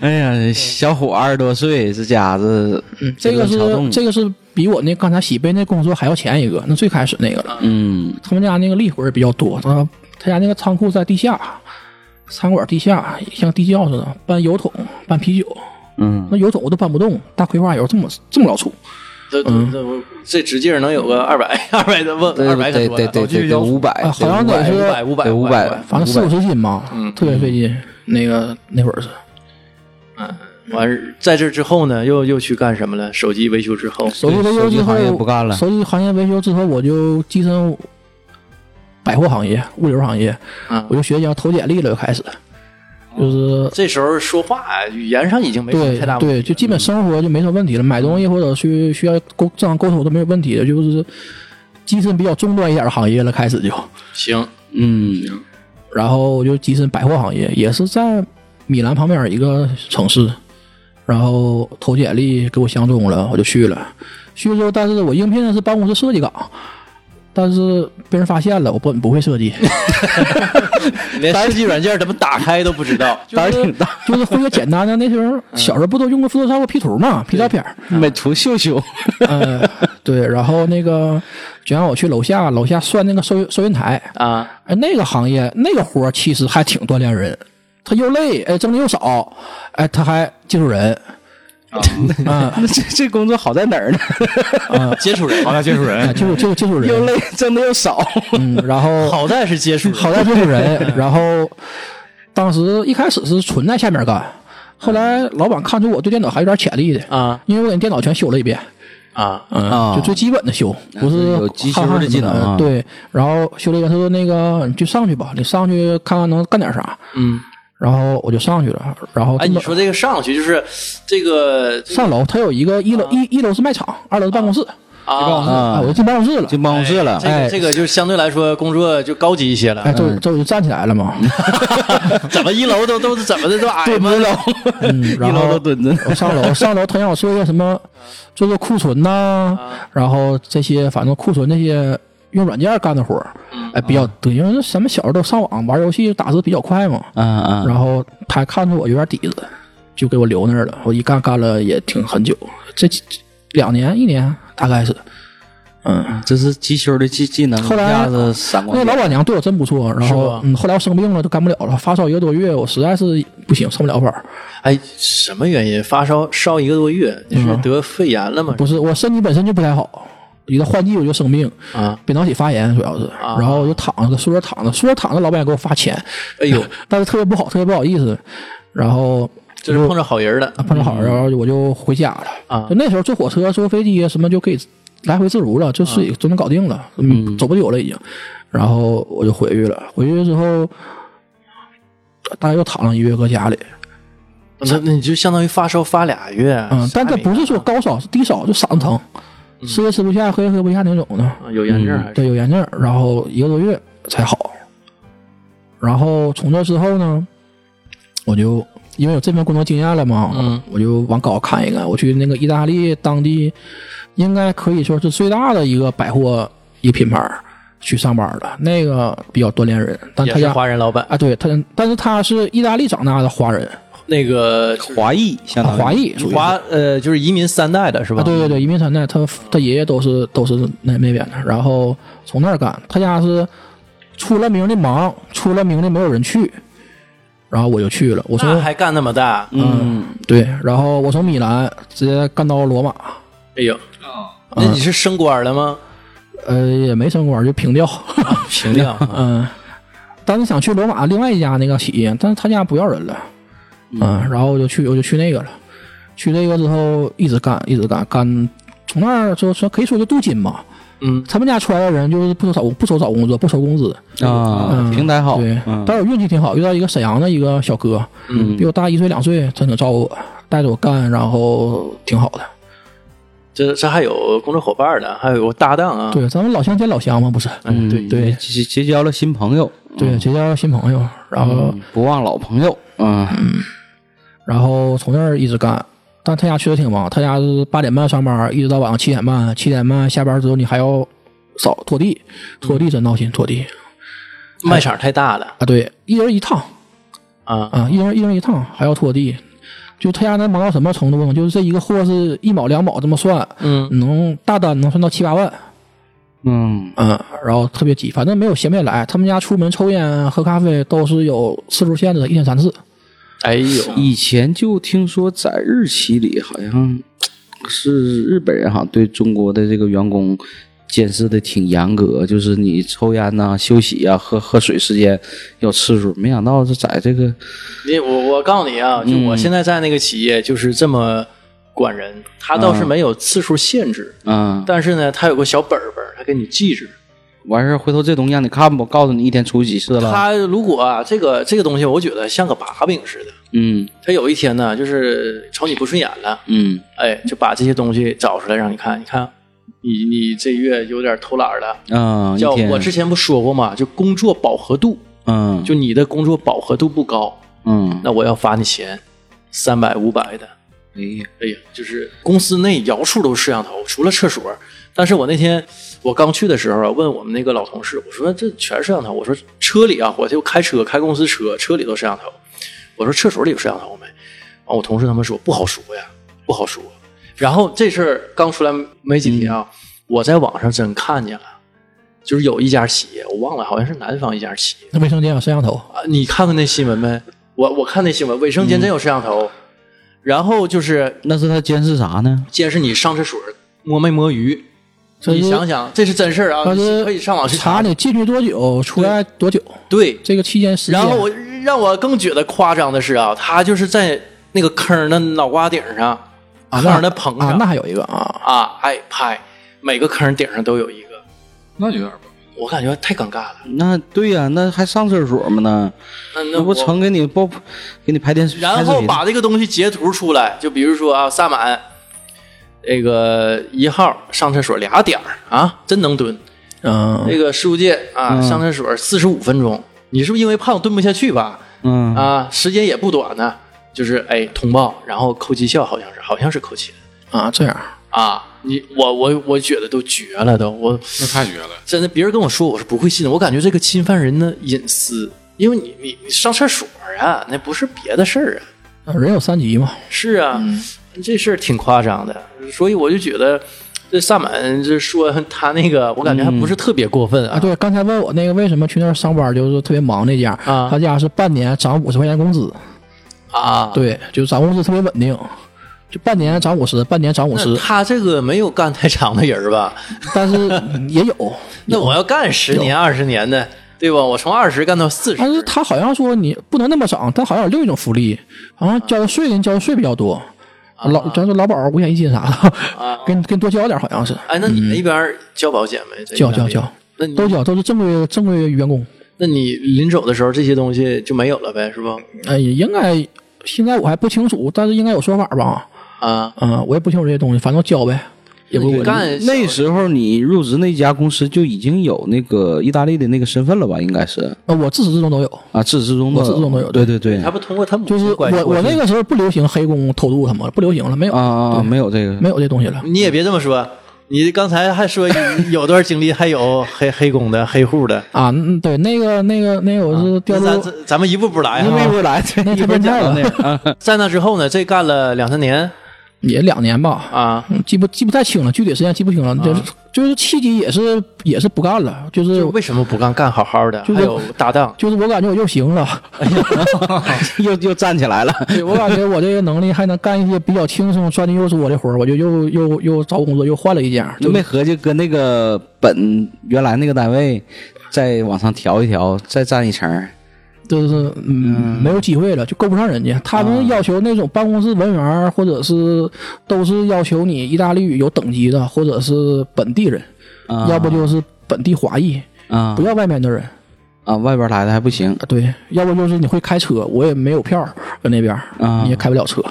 S2: 哎呀，小伙二十多岁，这家子，嗯
S4: 这个是
S2: 桥洞
S4: 这个是比我那刚才洗杯那工作还要前一个，那最开始那个了。
S2: 嗯，
S4: 他们家那个力活儿也比较多，他他家那个仓库在地下，餐馆地下像地窖似的，搬油桶、搬啤酒。
S2: 嗯，
S4: 那油桶我都搬不动，大葵花油这么这么老粗，
S1: 这
S2: 嗯
S1: 这这直径能有个二百， 二百的问，二
S2: 得
S1: 百
S2: 得得
S1: 哦
S2: 得得得五百，
S4: 啊好像得是
S1: 五百五百
S2: 得五百
S1: 百，
S4: 反正四五十斤吧，特
S1: 嗯
S4: 别费劲。那个那会儿是，
S1: 完事在这之后呢，又又去干什么了？手机维修之后，
S4: 手机维修
S2: 手机
S4: 之后
S2: 行业不干了
S4: 手机行业维修之后我就跻身百货行业、物流行业，
S1: 啊
S4: 我就学要投简历了，又开始，就是
S1: 这时候说话语言上已经哦没什么
S4: 对
S1: 太大问题嗯
S4: 对，就基本生活就没什么问题了，买东西或者去需要沟正常沟通都没有问题的，就是跻身比较中端一点的行业了，开始就，
S1: 行，
S2: 嗯，
S4: 然后我就跻身百货行业，也是在米兰旁边一个城市，然后投简历给我相中了，我就去了，去了之后，但是我应聘的是办公室设计岗。但是被人发现了，我不不会设 计，。
S1: 连设计软件怎么打开都不知道
S4: 就是就是会个简单的。那时候小时候不都用过 Photoshop P 图嘛，P 照片儿，
S2: 美图秀秀，
S1: 哎
S4: 呃， 对，然后那个就让我去楼下，楼下算那个收收银台，
S1: 啊，
S4: 哎，那个行业那个活儿其实还挺锻炼人，他又累，哎，挣的又少，哎，他还接触人，啊
S2: 那这这工作好在 哪儿呢？
S1: 啊接触人
S3: 好，在接触人
S4: 啊，，接触接触接触
S2: 又
S4: 人，
S2: 累，挣的又少，
S4: 嗯，然 后
S1: 好在是接触人，
S4: 好在接触人，然后当时一开始是纯在下面干。后来老板看出我对电脑还有点潜力的，
S1: 啊
S4: 因为我给电脑全修了一遍，
S1: 啊
S4: 嗯，
S2: 啊
S4: 就最基本的修，不是
S2: 有机修
S4: 焊焊
S2: 的技能啊
S4: 什么的对，然后修了一遍，他说那个你就上去吧，你上去看看能干点啥。
S1: 嗯，
S4: 然后我就上去了，然后
S1: 哎，
S4: 这
S1: 你
S4: 么
S1: 说这个上去就是这个
S4: 上楼，他有一个一楼一一楼是卖场，二楼是办公室，
S1: 啊，
S4: 啊，我就进办公室了。
S2: 进办公室了，
S1: 这个
S4: 哎
S1: 这个就相对来说工作就高级一些了
S4: 哎，。这我这我就站起来 了嘛，
S1: 怎么一楼都都是怎么的都矮吗？
S4: 嗯，然后
S2: 蹲着。
S4: 我 上楼，上楼同样我做个什么，做做库存呐、
S2: 啊
S4: 然后这些反正库存那些用软件干的活儿，
S2: 嗯
S4: 哎，比
S2: 啊
S4: 较对，因为咱们小时候都上网玩游戏打字比较快嘛，
S2: 啊啊！
S4: 然后他看出我有点底子，就给我留那儿了。我一干干了也挺很久，这这两年一年大概是，嗯。
S2: 这是机修的技技能，
S4: 后来
S2: 一下子闪光
S4: 那老板娘对我真不错，然
S1: 是
S4: 后
S1: 吧
S4: 嗯，后来我生病了，就干不了了，发烧一个多月，我实在是不行，上不了班儿。
S1: 哎，什么原因？发烧烧一个多月，你是得肺炎了吗？
S4: 嗯不是，我身体本身就不太好，一到换季我就生病，
S1: 啊，
S4: 扁桃体发炎主要是，
S1: 啊
S4: 然后我就躺着，宿舍躺着，宿舍躺着，老板也给我发钱，
S1: 哎呦，
S4: 但是特别不好，特别不好意思，然后
S1: 这是碰着好人了
S4: 啊碰正好，然后我就回家了。
S1: 嗯啊
S4: 就那时候坐火车、坐飞机啊什么就可以来回自如了，
S1: 啊
S4: 就自己就能搞定了，嗯，走不久了已经。然后我就回去了，回去之后大概又躺了一月，搁家里。
S1: 那那你就相当于发烧发俩月，
S4: 嗯，但
S1: 这
S4: 这不是说高烧，是低烧，就嗓
S1: 嗯
S4: 子疼，吃也吃不下，喝也喝不下那种的。
S1: 啊有炎症还是
S4: 嗯对，有炎症，然后一个多月才好。然后从这之后呢，我就因为有这份工作经验了嘛，
S1: 嗯
S4: 我就往高看一看。我去那个意大利当地，应该可以说是最大的一个百货一个品牌儿去上班的，那个比较锻炼人，但
S1: 也
S4: 他
S1: 是
S4: 家
S1: 华人老板，
S4: 啊，对他，但是他是意大利长大的华人，啊
S1: 那个
S2: 华裔，相当于
S4: 华裔属于
S1: 啊
S4: 是
S1: 华呃就是移民三代的是吧？
S4: 啊，对对对，移民三代，他他爷爷都是都是那那边的，然后从那儿干，他家是出了名的忙，出了名的没有人去，然后我就去了，我
S1: 那
S4: 从
S1: 还干那么大，
S2: 嗯，
S4: 对，然后我从米兰直接干到罗马，
S1: 哎呦，
S3: 啊
S4: 嗯
S1: 那你是升官了吗？
S4: 呃，也没升官，就平调，
S1: 平调啊
S4: 嗯，当时想去罗马另外一家那个企业，但是他家不要人了，嗯，然后我就去我就去那个了，去那个之后一直干一直干干，从那儿就说可以说就镀金嘛，
S1: 嗯，
S4: 他们家出来的人就是不愁找不愁找工作，不愁工资，
S2: 啊，平台好，
S4: 对，
S2: 嗯
S4: 但是我运气挺好，遇到一个沈阳的一个小哥，
S1: 嗯
S4: 比我大一岁两岁，他挺照顾我，带着我干，然后挺好的。
S1: 这这还有工作伙伴呢，还有搭档啊，
S4: 对，咱们老乡见老乡嘛，不是？
S2: 哎
S1: 嗯对
S4: 对
S2: 结结交了新朋友，
S4: 对，结交新朋友，然后、
S2: 嗯，不忘老朋友，嗯，
S4: 然后从那儿一直干。但他家确实挺忙，他家是八点半上班，一直到晚上七点半，七点半下班之后你还要扫拖地，拖地真闹心，拖地
S1: 卖场太大了
S4: 啊，对，一人一趟，
S1: 啊，
S4: 啊，一人一人一趟，还要拖地。就他家能忙到什么程度呢？就是这一个货是一毛两毛这么算，
S1: 嗯
S4: 能大单能算到七八万，
S2: 嗯，
S4: 嗯，然后特别急，反正没有闲不下来。他们家出门抽烟、喝咖啡都是有次数限制的，一天三次。
S1: 哎呦，
S2: 以前就听说在日企里好像是日本人，好像对中国的这个员工监视的挺严格，就是你抽烟呐、休息呀、喝喝水时间有次数。没想到是在这个
S1: 你我我告诉你啊，就
S2: 嗯
S1: 我现在在那个企业就是这么管人，他倒是没有次数限制，
S2: 啊，
S1: 但是呢，他有个小本本，他给你记着。
S2: 完事儿回头这东西让你看不，告诉你一天出几次了，
S1: 他如果啊，这个这个东西，我觉得像个把柄似的。
S2: 嗯
S1: 他有一天呢，就是瞅你不顺眼了，
S2: 嗯
S1: 哎，就把这些东西找出来让你看，你看，你你这月有点偷懒了。
S2: 啊，
S1: 叫
S2: 一天
S1: 我之前不说过嘛，就工作饱和度，
S2: 嗯
S1: 就你的工作饱和度不高，
S2: 嗯，
S1: 那我要罚你钱，三百五百的。
S2: 哎呀，
S1: 哎呀，就是公司内遥处都是摄像头，除了厕所。但是我那天我刚去的时候啊，问我们那个老同事，我说这全是摄像头。我说车里啊，我就开车开公司车，车里都摄像头。我说厕所里有摄像头没？完，我同事他们说不好说呀，不好说。然后这事儿刚出来没几天啊，我在网上真看见了，就是有一家企业，我忘了，好像是南方一家企业
S4: 那卫生间有摄像头，
S1: 啊，你看看那新闻没？我我看那新闻，卫生间真有摄像头。然后就是
S2: 那是他监视啥呢？
S1: 监视你上厕所摸没摸鱼。
S4: 这是
S1: 你想想，这是真事儿啊！
S4: 他
S1: 你
S4: 是
S1: 可以上网去
S4: 查
S1: 查。
S4: 你进去多久，出来多久，
S1: 对，
S4: 这个期间时间。
S1: 然后我让我更觉得夸张的是啊，他就是在那个坑的脑瓜顶上，
S4: 啊，
S1: 坑
S4: 那
S1: 的棚
S4: 啊，
S1: 上
S4: 那还有一个啊，
S1: 啊，哎拍，每个坑顶上都有一个，
S3: 那有点儿吧。
S1: 我感觉太尴尬了。
S2: 那对呀、那还上厕所吗？那
S1: 那那
S2: 那不
S1: 我
S2: 成给你报给你排电视，
S1: 然
S2: 拍视
S1: 后
S2: 频
S1: 把这个东西截图出来，就比如说啊，萨满那个一号上厕所俩点儿啊，真能蹲。
S4: 嗯
S1: 那个十五届啊，上厕所四十五分钟，你是不是因为胖蹲不下去吧？
S2: 嗯
S1: 啊，时间也不短呢，就是哎通报，然后扣绩效，好像是，好像是扣勤
S4: 啊，这样
S1: 啊。你我我我觉得都绝了都，我
S3: 那太绝了，
S1: 真的别人跟我说我是不会信的，我感觉这个侵犯人的隐私，因为你你你上厕所啊，那不是别的事儿啊。
S4: 啊人有三级嘛，
S1: 是啊，
S4: 嗯
S1: 这事儿挺夸张的，所以我就觉得这萨满这说他那个，我感觉还不是特别过分啊。
S4: 啊，对，刚才问我那个为什么去那儿上班就是特别忙那家，
S1: 啊
S4: 他家是半年涨五十块钱工资，
S1: 啊，
S4: 对，就涨工资特别稳定，就半年涨五十，半年涨五
S1: 那
S4: 十，
S1: 他这个没有干太长的人吧？
S4: 但是也有，
S1: 那我要干十年二十年的，对吧？我从二十干到四十
S4: 但，是他好像说你不能那么涨，但好像有另一种福利，好像交税人交税比较多，劳咱说劳保五险一金啥的， 跟跟多交点好像是，
S1: 哎，那你们那边交保险没？在
S4: 嗯交
S1: 意大
S4: 交
S1: 利
S4: 交，
S1: 那你
S4: 都交都是正规正规员工，
S1: 那你临走的时候这些东西就没有了呗，是不？
S4: 哎，应该现在我还不清楚，但是应该有说法吧，
S1: 啊，
S4: 啊、我也不清楚这些东西，反正交呗。
S1: 也不干
S2: 那时候你入职那家公司就已经有那个意大利的那个身份了吧？应该是
S4: 呃，我自始至终都有，
S2: 啊，自始至终的，
S4: 我自始至终都有
S2: 对对对
S1: 他，不通过他母
S4: 就是
S1: 亲
S4: 我
S1: 关系过
S4: 我
S1: 去
S4: 那个时候不流行黑工偷渡他们，不流行了，没有、
S2: 啊啊，啊没有这个，
S4: 没有这东西了。
S1: 你也别这么说，你刚才还说 有段经历还有黑黑工的黑户的，
S4: 啊，嗯，对，那个那个那个，我是掉
S1: 啊那
S4: 入、
S1: 咱咱咱们一步步来
S2: 因为
S1: 啊。
S2: 我来这
S4: 那
S2: 一
S4: 太
S2: 会儿
S4: 变
S2: 讲
S4: 态
S2: 到那
S4: 了，
S2: 个啊，
S1: 在那之后呢，这干了两三年
S4: 也两年吧，
S1: 啊，
S4: 嗯记不记不太清了，具体时间记不清了，就是就是契机也是也是不干了，啊就是
S1: 就为什么不干干好好的？
S4: 嗯就
S1: 还
S4: 是
S1: 有搭档，
S4: 就是我感觉我又行了，
S2: 又又站起来了，
S4: 对 我感觉我这个能力还能干一些比较轻松、钻牛肉多的活儿，我就又又又找工作又换了一家，
S2: 就没合计跟那个本原来那个单位再往上调一调，再站一层儿。
S4: 就是嗯，啊没有机会了，就够不上人家。他们要求那种办公室文员儿，或者是都是要求你意大利语有等级的，或者是本地人，
S2: 啊
S4: 要不就是本地华裔，
S2: 啊
S4: 不要外面的人。
S2: 啊，外边来的还不行
S4: 啊对，要不就是你会开车，我也没有票儿在那边儿，
S2: 啊
S4: 你也开不了车，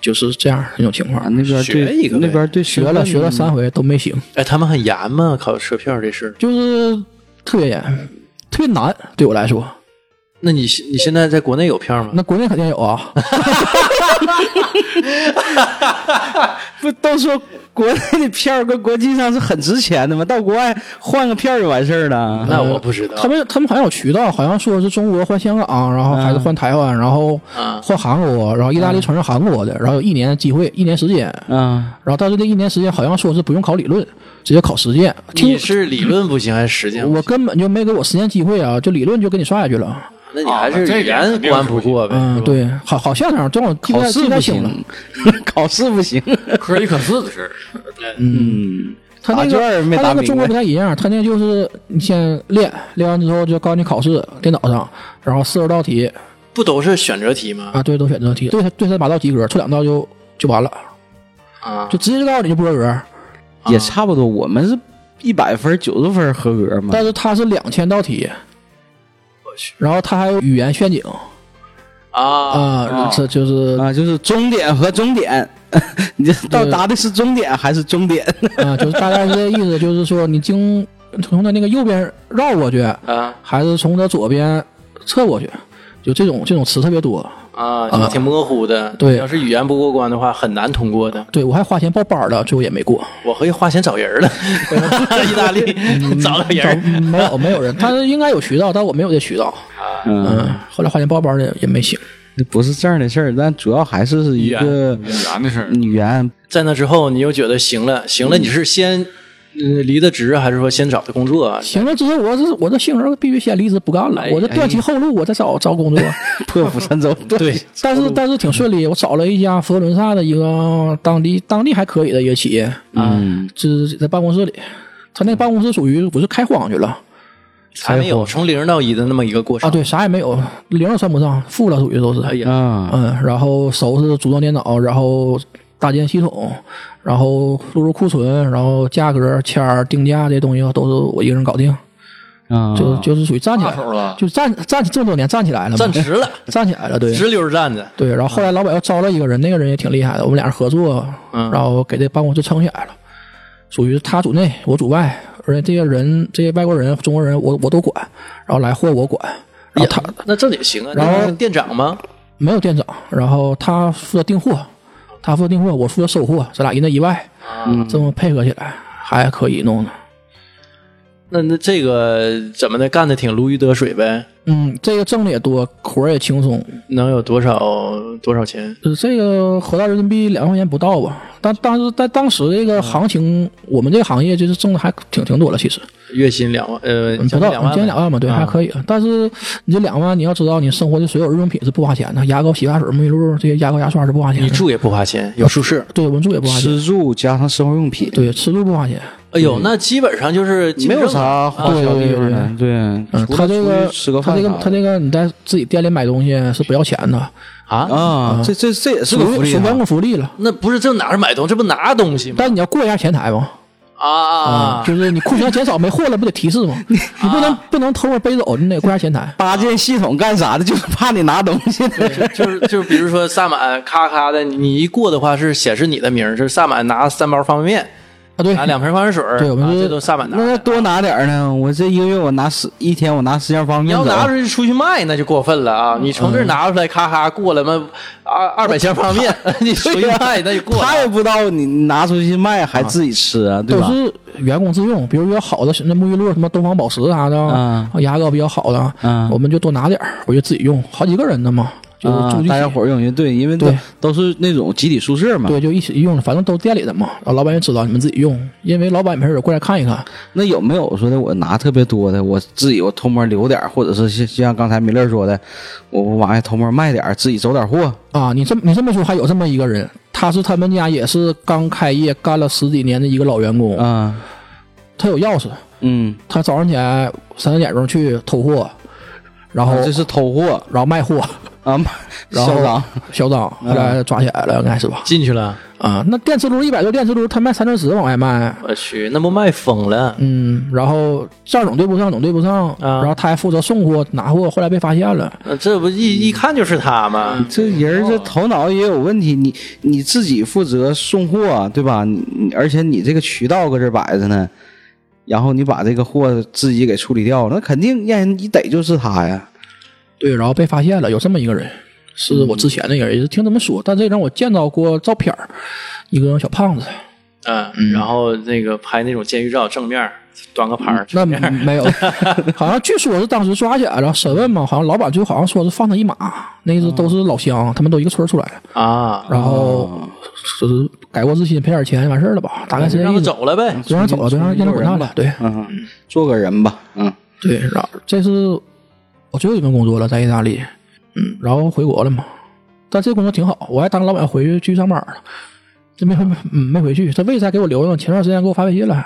S4: 就是这样一种情
S2: 啊，
S4: 况。
S2: 那边
S1: 学
S2: 对
S1: 一个呗
S2: 那边对身
S4: 学
S2: 份
S4: 了学了三回都没行，
S1: 哎，他们很严吗？考车票这事儿？
S4: 就是特别严，特别难对我来说。
S1: 那你你现在在国内有票吗？
S4: 那国内肯定有啊，
S2: 不都说国内的票跟国际上是很值钱的吗？到国外换个票就完事儿了。
S1: 那我不知道。
S4: 呃他们他们好像有渠道，好像说是中国换香港，然后还是换台湾，然后
S1: 啊
S4: 换韩国，然后意大利传是韩国的，然后有一年机会，一年时间，
S2: 啊，
S4: 然后但是这一年时间好像说是不用考理论，直接考实践。
S1: 你
S4: 听
S1: 是理论不行还是实践不行？
S4: 我根本就没给我实践机会啊，就理论就给你刷下去了。
S1: 那你还是
S3: 啊这
S1: 语
S3: 点
S1: 言
S3: 肯定
S1: 关
S3: 是
S1: 不
S3: 不行
S1: 过呗？
S4: 嗯
S1: 是，吧，
S4: 对，好好像这样，这我记
S2: 考
S4: 太
S2: 试
S4: 记太
S2: 不
S4: 清了。
S2: 行， 考试不行。
S3: 可一可四的事儿。
S2: 嗯，
S4: 他
S2: 答
S4: 那
S2: 卷儿
S4: 个
S2: 没
S4: 他
S2: 答
S4: 那个
S2: 明
S4: 中国
S2: 白
S4: 不。太一样，他那就是你先练，练完之后就告诉你考试，电脑上，然后四十道题
S1: 不都是选择题吗？
S4: 啊，对，都选择题，对对三八道及格，错两道就就完了，
S1: 啊，
S4: 就直接就告诉你就不合格。
S2: 也差不多，我们是一百分九十分合格嘛
S4: 但。是它是两千道题，
S1: 我去
S4: 然后它还有语言陷阱
S1: 啊，
S4: 啊，这就是
S2: 啊，就是终点和终点， 你这到达的是终点还是终 点？
S4: 啊，就是大概是这意思，就是说你经从它那个右边绕过去，
S1: 啊
S4: 还是从它左边侧过去，就这种这种词特别多。
S1: 啊，就挺模糊的。
S4: 对
S1: 要是语言不过关的话，很难通过的。
S4: 对我还花钱报班儿了，最后也没过，
S1: 我合计花钱找人了， 意大利找个
S4: 嗯找
S1: 人
S4: 没有没有人，他应该有渠道，但我没有这渠道。
S2: 嗯，
S4: 嗯，后来花钱报班儿也也没行。
S2: 那不是这样的事儿，但主要还是一个
S3: 难的事儿，
S2: 语言。
S1: 在那之后，你又觉得行了，行了，你是先呃离的职，还是说先找的工作啊？
S4: 行了之后，我这我这性格必须先离职不干了，我这断其后路，我再找找工作。
S2: 破釜沉舟，对，
S4: 但是但是挺顺利，我找了一家佛罗伦萨的一个当地当地还可以的一个企业，啊
S2: 嗯，
S4: 就是在办公室里，他那办公室属于不是开荒去了，
S1: 还没有从零到一的那么一个过程
S4: 啊，对，啥也没有，零儿算不上，负了属于都是。
S1: 哎呀，
S2: 啊，
S4: 嗯，然后收拾组装电脑，然后搭建系统，然后录入库存，然后价格、签儿、定价这些东西都是我一个人搞定，
S2: 啊
S4: 就就是属于站起
S1: 大
S4: 来
S1: 手，了，
S4: 就站站这么多年站起来了嘛，
S1: 站直了，
S4: 站起来了，对
S1: 直溜儿站着。
S4: 对。然后后来老板又招了一个人，那个人也挺厉害的，我们俩人合作，
S1: 嗯
S4: 然后给这办公室撑起来了，属于他组内，我组外，而且这些人这些外国人、中国人我我都管，然后来货我管，然后他
S1: 呀那这也行啊，
S4: 然后
S1: 那店长吗？
S4: 没有店长，然后他负责订货，他负责订货，我负责收货，咱俩一内一外，
S1: 嗯
S4: 这么配合起来还可以弄呢。
S1: 那那这个怎么的干的挺如鱼得水呗？
S4: 嗯，这个挣的也多，活儿也轻松，
S1: 能有多少多少钱？
S4: 呃这个合到人民币两万块钱不到吧？但当时在当时这个行情，我们这个行业就是挣的还挺挺多了，其实
S1: 月薪两万，呃，
S4: 嗯
S1: 将近
S4: 不到
S1: 两万
S4: 将近
S1: 呗，
S4: 两万吧，对，
S1: 啊
S4: 还可以。但是你这两万，你要知道，你生活的所有日用品是不花钱的，牙膏、洗发水、沐浴露这些牙膏、牙刷是不花钱的。
S1: 你住也不花钱，有宿舍。
S4: 对，我们住也不花钱，
S2: 吃住加上生活用品，
S4: 对，吃住不花钱。
S1: 哎呦，那基本上就是
S2: 没有啥花销的地方
S4: 啊
S2: 呢。对
S4: 嗯，，他这
S2: 除了
S4: 个
S2: 出去吃个
S4: 他
S2: 饭
S4: 这
S2: 啥
S4: 个
S2: 的，
S4: 他这个你在自己店里买东西是不要钱的，
S1: 啊。
S2: 啊，这这这也是
S4: 属
S2: 个福
S4: 于
S2: 利
S4: 属于员
S2: 啊
S4: 工福利了。
S1: 那不是这哪是买东西，这不拿东西吗？
S4: 但你嗯要过一下前台嘛，
S1: 啊啊！
S4: 就是你库存减少没货了，不得提示吗？你不能
S2: 啊
S4: 不能偷摸背走，你得过一下前台。啊
S2: 搭建系统干啥的？就是怕你拿东西。
S1: 就就是就是，比如说萨满咔咔的，你你一过的话是显示你的名儿，是萨满拿三包方便面，
S4: 啊，对，
S1: 拿两瓶矿泉水儿，
S4: 对我们
S1: 啊
S4: 是
S1: 这都萨满拿
S2: 那
S1: 的。
S2: 多拿点儿呢？我这一个月我拿十一天，我拿十箱方
S1: 你
S2: 便
S1: 要
S4: 嗯
S2: 面
S1: 拿
S4: 哦
S2: 走
S1: 出。去出去卖，那就过分了啊！你从这儿拿出来，咔咔过了嘛，二二百箱方 便面，你出去卖那就过
S2: 他也
S1: 了。
S2: 不知道你拿出去卖还自己吃啊，对
S4: 都
S2: 吧？
S4: 是员工自用，比如说好的那沐浴露，什么东方宝石啥的，啊
S2: 嗯
S4: 牙膏比较好的，
S2: 嗯
S4: 我们就多拿点儿，我就自己用，好几个人的嘛，就是
S2: 啊
S4: 住一起，
S2: 大家伙儿用一对，因为都
S4: 对
S2: 都是那种集体宿舍嘛。
S4: 对，就一起用了，反正都店里的嘛，然后老板也知道你们自己用，因为老板没事儿过来看一看，
S2: 那有没有说的我拿特别多的，我自己我偷摸留点儿，或者是像像刚才米勒说的，我我往外偷摸卖点儿，自己走点儿货
S4: 啊，你这么你这么说，还有这么一个人，他是他们家也是刚开业干了十几年的一个老员工，
S2: 啊？
S4: 他有钥匙，
S2: 嗯，
S4: 他早上起来三四点钟去偷货，然后、
S2: 啊这是偷货
S4: 然后 卖货，
S2: 啊，
S4: 然后
S2: 嚣张
S4: 嚣张，后来抓起来了，应该是吧？
S1: 进去了，
S4: 啊，那电磁炉一百多电磁炉，他卖三四十往外卖，
S1: 我去，那不卖疯了？
S4: 嗯，然后站总对不上，总对不上，
S1: 啊
S4: 然后他还负责送货拿货，后来被发现了。
S1: 那这不一一看就是他
S4: 嗯
S1: 吗？
S2: 这人儿这头脑也有问题，你你自己负责送货，对吧？你你而且你这个渠道搁这摆着呢，然后你把这个货自己给处理掉，那肯定让人一逮就是他呀。
S4: 对，然后被发现了，有这么一个人，是
S2: 嗯
S4: 我之前的人，也是听他们说，但这人我见到过照片儿一个小胖子，
S1: 嗯，然后那个拍那种监狱照正面儿，端个盘儿，
S4: 那没 有，好像据说是当时抓起来了审问嘛，好像老板就好像说是放他一马，那是都是老乡，他们都一个村儿出来的，
S1: 啊，
S4: 然后就是改过自新，赔点钱完事儿了吧，大概是这嗯
S1: 让他
S4: 意思。
S1: 走了呗。
S4: 就让他走了，就让让他滚蛋吧，对
S2: 嗯，做个人吧，嗯，
S4: 对，然后这是我最后一份工作了，在意大利，嗯，然后回国了嘛，但这工作挺好，我还当老板回去继续上班了，这没回嗯没回去，他为啥给我留呢？前段时间给我发微信了，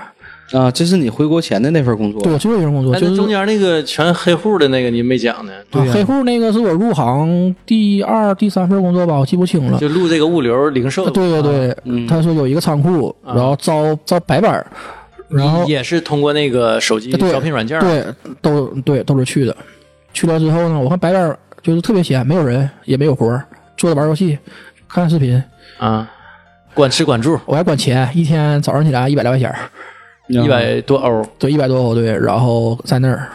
S2: 啊，这是你回国前的那份工作
S4: 对，我最后一份工作
S1: 哎，
S4: 就
S1: 那
S4: 是
S1: 中间那个全黑户的那个您没讲呢，
S4: 啊，黑户那个是我入行第二、第三份工作吧，我记不清了。
S1: 就录这个物流零售，
S4: 对对对，啊嗯他说有一个仓库，然后招招白班儿，然后哎
S1: 也是通过那个手机
S4: 对
S1: 招聘软件儿，
S4: 对都对都是去的。去了之后呢，我看白班儿就是特别闲，没有人，也没有活儿，坐着玩儿游戏，看看视频，
S1: 啊，管吃管住，
S4: 我还管钱，一天早上起来一百来块钱儿，
S2: 嗯
S4: 嗯
S1: 一百多欧，
S4: 对，一百多欧对，然后在那儿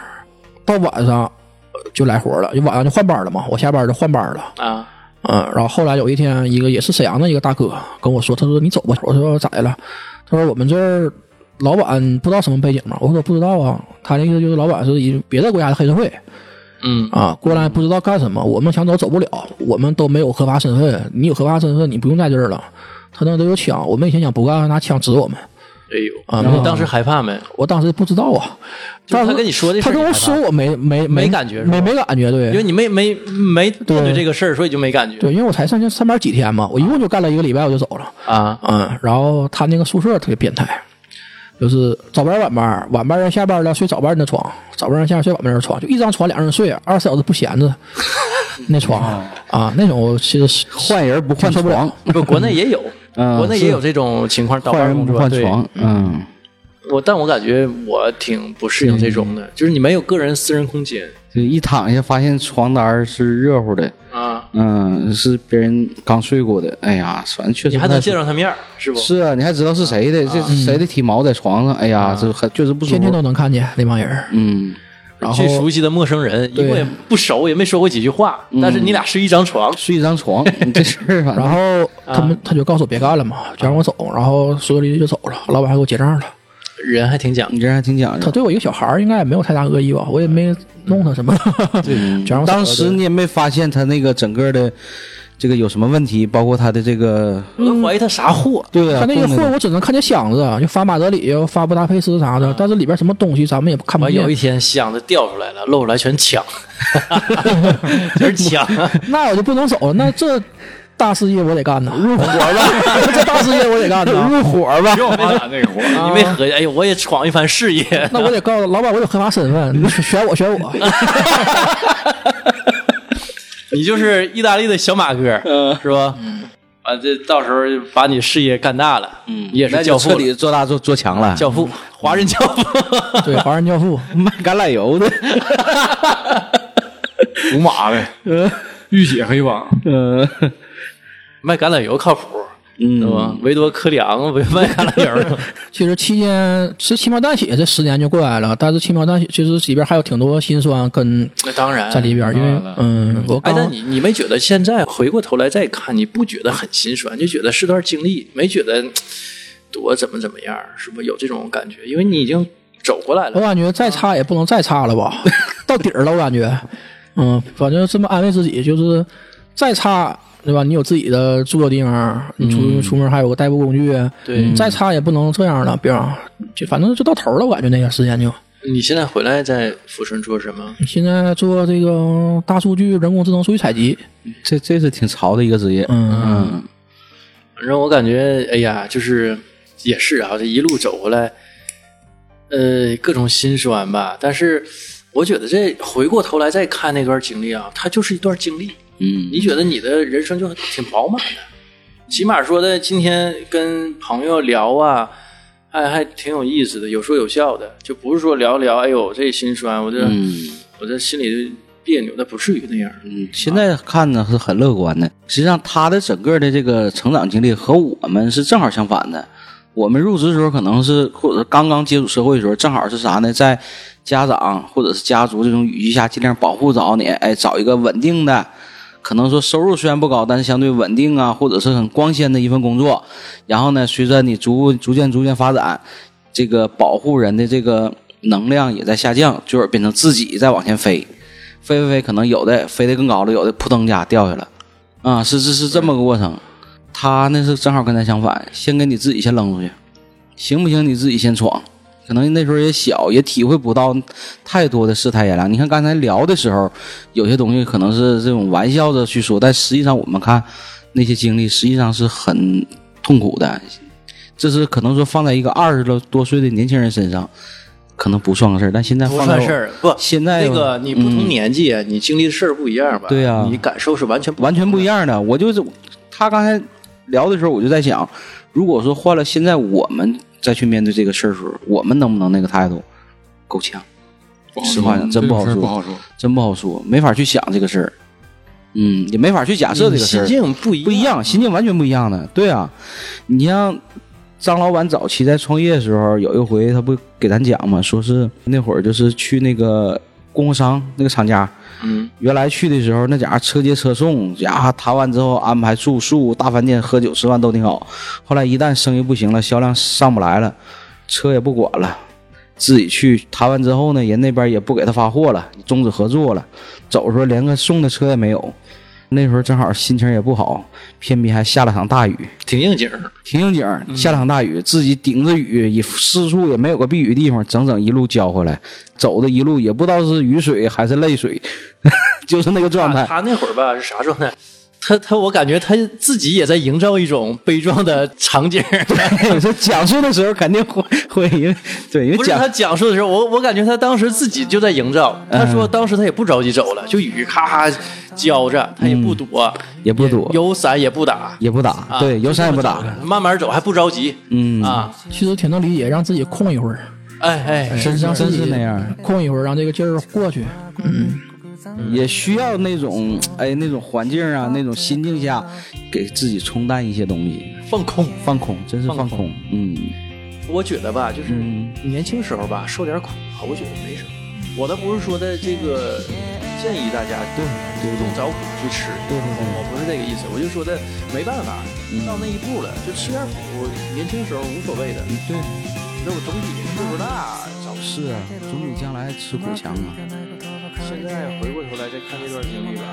S4: 到晚上呃就来活儿了，就晚上就换班儿了嘛，我下班儿就换班儿了。
S1: 啊，
S4: 嗯，然后后来有一天，一个也是沈阳的一个大哥跟我说，他说你走吧，我说咋的了？他说我们这儿老板不知道什么背景嘛，我说不知道啊，他那意思就是老板是一别的国家的黑社会
S1: 嗯，
S4: 啊，过来不知道干什么，我们想走走不了，我们都没有合法身份，你有合法身份，你不用在这儿了。他那都有枪，我们以前想不干，拿枪指我们，
S1: 哎呦，
S4: 啊
S1: 然
S4: 没
S1: 后
S4: 有
S1: 当时害怕没？
S4: 我当时不知道啊，
S1: 就是
S4: 当
S1: 他
S4: 时
S1: 跟你说的事
S4: 他
S1: 儿，
S4: 跟我
S1: 你害怕
S4: 说，我没没
S1: 没感觉是吧
S4: 没没感觉，对，
S1: 因为你没没没面对这个事儿，所以就没感觉
S4: 对，因为我才上去上班几 天嘛，我一共就干了一个礼拜我就走了。
S1: 啊，
S4: 嗯，然后他那个宿舍特别变态，就是早班晚班，晚班人下班了睡早班那床，早班人下班睡晚班那床，就一张床两个人睡，二十四小时不闲 着。那床啊，那种我其实是
S2: 哦换人不换
S4: 受不了
S2: 床，
S1: 不，国内也有，
S2: 嗯
S1: 国内也有这种情况，倒班
S2: 换人
S1: 工
S2: 不
S1: 作
S2: 换
S1: 对
S2: 床，嗯，
S1: 我但我感觉我挺不适应这种的，就是你没有个人私人空间
S2: 就一躺下发现床单儿是热乎的，
S1: 啊，
S2: 嗯，是别人刚睡过的，哎呀，反正确实
S1: 你还
S2: 不太
S1: 能
S2: 舒
S1: 见着他面儿是不？
S2: 是啊，你还知道是谁的，这是谁的体毛在床上，哎呀，这还确实不舒服。
S4: 天天都能看见那帮人儿。
S2: 嗯，
S4: 然后
S1: 最熟悉的陌生人，因
S4: 对
S1: 为我也不熟，也没说过几句话，但是你俩睡一张床，
S2: 睡一张 床，你这事儿反
S4: 然
S2: 正
S4: 后他
S2: 啊
S4: 们他就告诉我别干了嘛，就让我走，然后说离就走了，老板还给我结账了。
S1: 人还挺讲究。
S2: 你这人还挺讲
S4: 他
S2: 究。
S4: 对我一个小孩儿应该也没有太大恶意吧，我也没弄他 什么， 就让我走了
S2: 当时你也没发现他那个整个的这个有什么问题，包括他的这个
S1: 我都怀疑他啥货，
S2: 对啊，
S4: 他那个
S2: 供的
S4: 货我只能看见箱子，啊就发马德里，又发布达佩斯啥
S2: 啊
S4: 的，但是里边什么东西咱们也看不
S1: 完
S4: 见
S1: 有一。天箱子掉出来了，露出来全抢， 全是抢。
S4: 那我就不能走了，那这大事业我得干呐，入 伙吧，这大事 业我得干 呐，
S2: 入伙吧，
S3: 又没打那个活，
S1: 你没合计，哎呦，我也闯一番事业。
S4: 那我得告诉老板我有合法身份，你选我选我，
S1: 你就是意大利的小马哥，是吧？啊，这到时候把你事业干大了，嗯，也
S2: 那
S1: 是
S2: 就
S1: 教父
S2: 彻
S1: 了，
S2: 底做大做做强了。
S1: 教父，华人教父，
S4: 对，华人教父。
S2: 卖橄榄油 的，
S3: 属马的，
S2: 嗯
S3: 浴血黑帮，
S2: 呃，
S1: 卖橄榄油靠谱，对
S2: 嗯，
S1: 吧？维多科里昂不卖橄榄油，
S4: 其实期间，其实轻描淡写这十年就过来了，但是轻描淡写其实里边还有挺多辛酸跟
S1: 那当然
S4: 在里边，因为嗯，我
S1: 哎，
S4: 刚
S1: 但你你没觉得现在回过头来再看，你不觉得很心酸，就觉得是段经历，没觉得多怎么怎么样，是不是有这种感觉？因为你已经走过来了，
S4: 我感觉再差也不能再差 了吧，到底儿了，我感觉，嗯，反正这么安慰自己，就是再差。对吧？你有自己的住的地方，你出、出门还有个代步工具，
S1: 嗯
S4: 嗯
S1: 对
S4: 再差也不能这样了，别让就反正就到头了，我感觉那个时间就。
S1: 你现在回来在抚顺做什么？
S4: 现在做这个大数据、人工智能数据采集，
S2: 这这是挺潮的一个职业，
S4: 嗯，
S2: 嗯，
S1: 反正我感觉，哎呀，就是也是啊，这一路走过来，呃，各种心酸吧。但是我觉得这回过头来再看那段经历啊，它就是一段经历。
S2: 嗯
S1: 你觉得你的人生就挺饱满的，起码说的今天跟朋友聊啊，还还挺有意思的，有说有笑的，就不是说聊聊，哎呦这心酸，我这、
S2: 嗯。
S1: 我这心里别扭，那不至于那样。
S2: 嗯，现在看呢是很乐观的。实际上，他的整个的这个成长经历和我们是正好相反的。我们入职的时候，可能是或者是刚刚接触社会的时候，正好是啥呢？在家长或者是家族这种语境下，尽量保护着你，哎，找一个稳定的，可能说收入虽然不高，但是相对稳定啊，或者是很光鲜的一份工作。然后呢，随着你逐步逐渐逐渐发展，这个保护人的这个能量也在下降，最后变成自己在往前飞。飞飞飞，可能有的飞得更高了，有的扑腾一下掉下了，啊、是是是这么个过程。他那是正好跟咱相反，先给你自己先扔出去，行不行？你自己先闯。可能那时候也小，也体会不到太多的世态炎凉。你看刚才聊的时候，有些东西可能是这种玩笑着去说，但实际上我们看那些经历，实际上是很痛苦的。这是可能说放在一个二十多多岁的年轻人身上，可能不算个事儿，但现在
S1: 不
S2: 放在
S1: 算
S2: 我
S1: 事儿，不，
S2: 现在
S1: 那个你不
S4: 嗯
S1: 同年纪，啊你经历的事儿不一样吧？
S2: 对呀
S1: 你感受是完全不
S2: 完全不一样的。我就是他刚才聊的时候，我就在想，如果说换了现在我们再去面对这个事儿的时候，我们能不能那个态度？够呛，
S3: 不好
S2: 实话
S3: 说
S2: 讲真
S3: 这
S2: 不好
S3: 种事儿
S2: 说
S3: 不好说。
S2: 真不好说，没法去想这个事儿。嗯，也没法去假设这个事
S1: 心
S2: 儿，
S1: 境不一
S2: 不一样，心境完全不一样的。对啊，你像张老板早期在创业的时候，有一回他不给咱讲嘛，说是那会儿就是去那个供货商那个厂家，
S1: 嗯，
S2: 原来去的时候，那家伙车接车送，家伙谈完之后安排住宿、大饭店、喝酒、吃饭都挺好。后来一旦生意不行了，销量上不来了，车也不管了，自己去谈完之后呢，人那边也不给他发货了，终止合作了。走的时候连个送的车也没有，那时候正好心情也不好，偏偏还下了场大雨，
S1: 挺应景儿。
S2: 挺应景
S1: 嗯
S2: 儿。下了场大雨，自己顶着雨，也四处也没有个避雨地方，整整一路浇回来，走的一路也不知道是雨水还是泪水， 就是那个状态。
S1: 他那会儿吧是啥状态？他他，我感觉他 自己也在营造一种悲壮的场景。
S2: 我说讲述的时候肯定会 会，因为对，因为
S1: 不是
S2: 讲
S1: 他讲述的时候，我我感觉他当时自己就在营造。他说当时他也不着急走了，就雨咔咔浇着，他也不躲，
S2: 也不躲
S1: 有伞也不打，
S2: 也不打，
S1: 啊
S2: 对，有伞也不
S1: 就这么
S2: 打，
S1: 走着慢慢走还不着急。
S2: 嗯
S1: 啊，
S4: 其实挺能理解，让自己空一会儿，
S1: 哎哎，
S4: 真让自
S2: 真
S4: 己
S2: 是那样，
S4: 空一会儿，让这个劲儿过去。嗯，
S2: 也需要那种哎那种环境啊，那种心境下给自己冲淡一些东西，
S1: 放空。
S2: 放空，真是
S1: 放
S2: 放
S1: 空
S2: 空，嗯
S1: 我觉得吧，就是
S2: 嗯
S1: 年轻时候吧，受点苦啊，我觉得没什么。我倒不是说的这个建议大家对主动找苦去吃，对我不是这个意思，我就说的没办法，到那一步了，就吃点苦。年轻时候无所谓的，
S2: 对，
S1: 那我总比岁数大少吃。
S2: 是啊，总比将来吃苦强啊。
S1: 现在回过头来再看这段经历吧，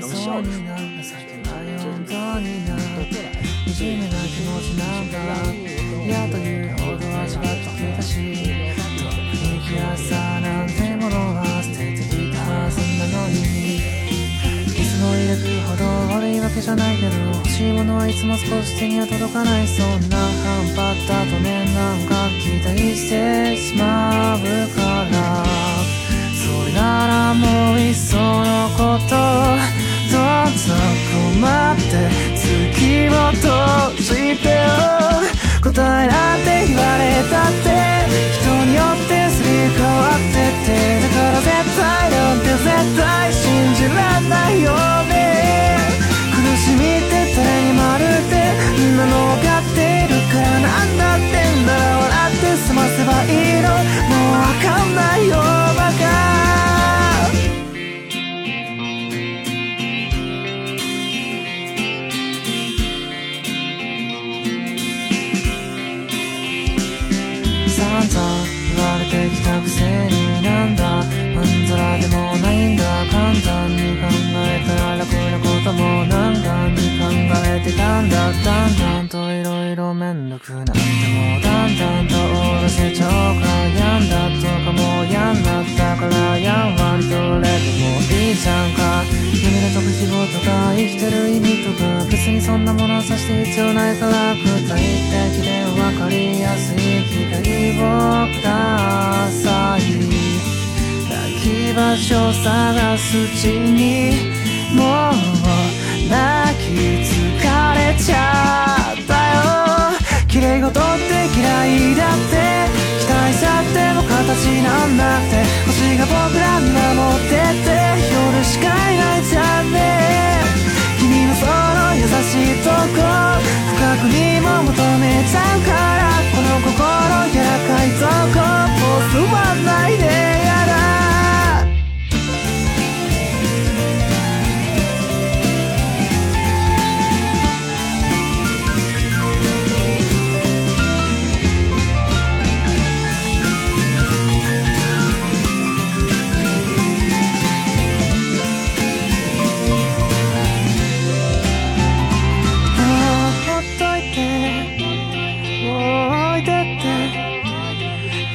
S1: 能笑着说，这是
S5: 嫌というほど味わっていたし生きやすさなんてものは捨てていたはずなのにいつも入れるほど悪いわけじゃないけど欲しいものはいつも少し手には届かないそんな半端だとねなんか期待してしまうからそれならもういっそのことどん底まで月を閉じてよ答えなんて言われたって人によってすり替わっててだから絶対なんて絶対信じらんないよね苦しみって誰にもあるってみんなの分かっているからなんだってんだら笑って済ませばいいのもうわかんないよバカ散々言われてきたくせになんだまんざらでもないんだ簡単に考えたら楽なことも難関に考えてたんだだんだんといろいろめんどくなってもだんだんとおろせちゃうからやんだとかもうやんだったからやんわりとれてもいいじゃんか夢の特仕事が生きてる意味とか別にそんなものさして必要ないから具体的でわかりやすい機会をください泣き場所探すうちにもう泣き疲れちゃったよ綺麗事って嫌いだって期待さっても形なんだって星が僕ら見守ってって夜しかいないじゃんね君のその優しいとこ深くにも求めちゃうからこの心柔らかいとこもう座んないでやだもうほっといてもう置いてって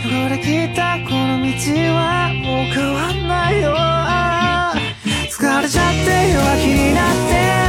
S5: 汚れきったこの道はもう変わんないよああ疲れちゃって弱気になって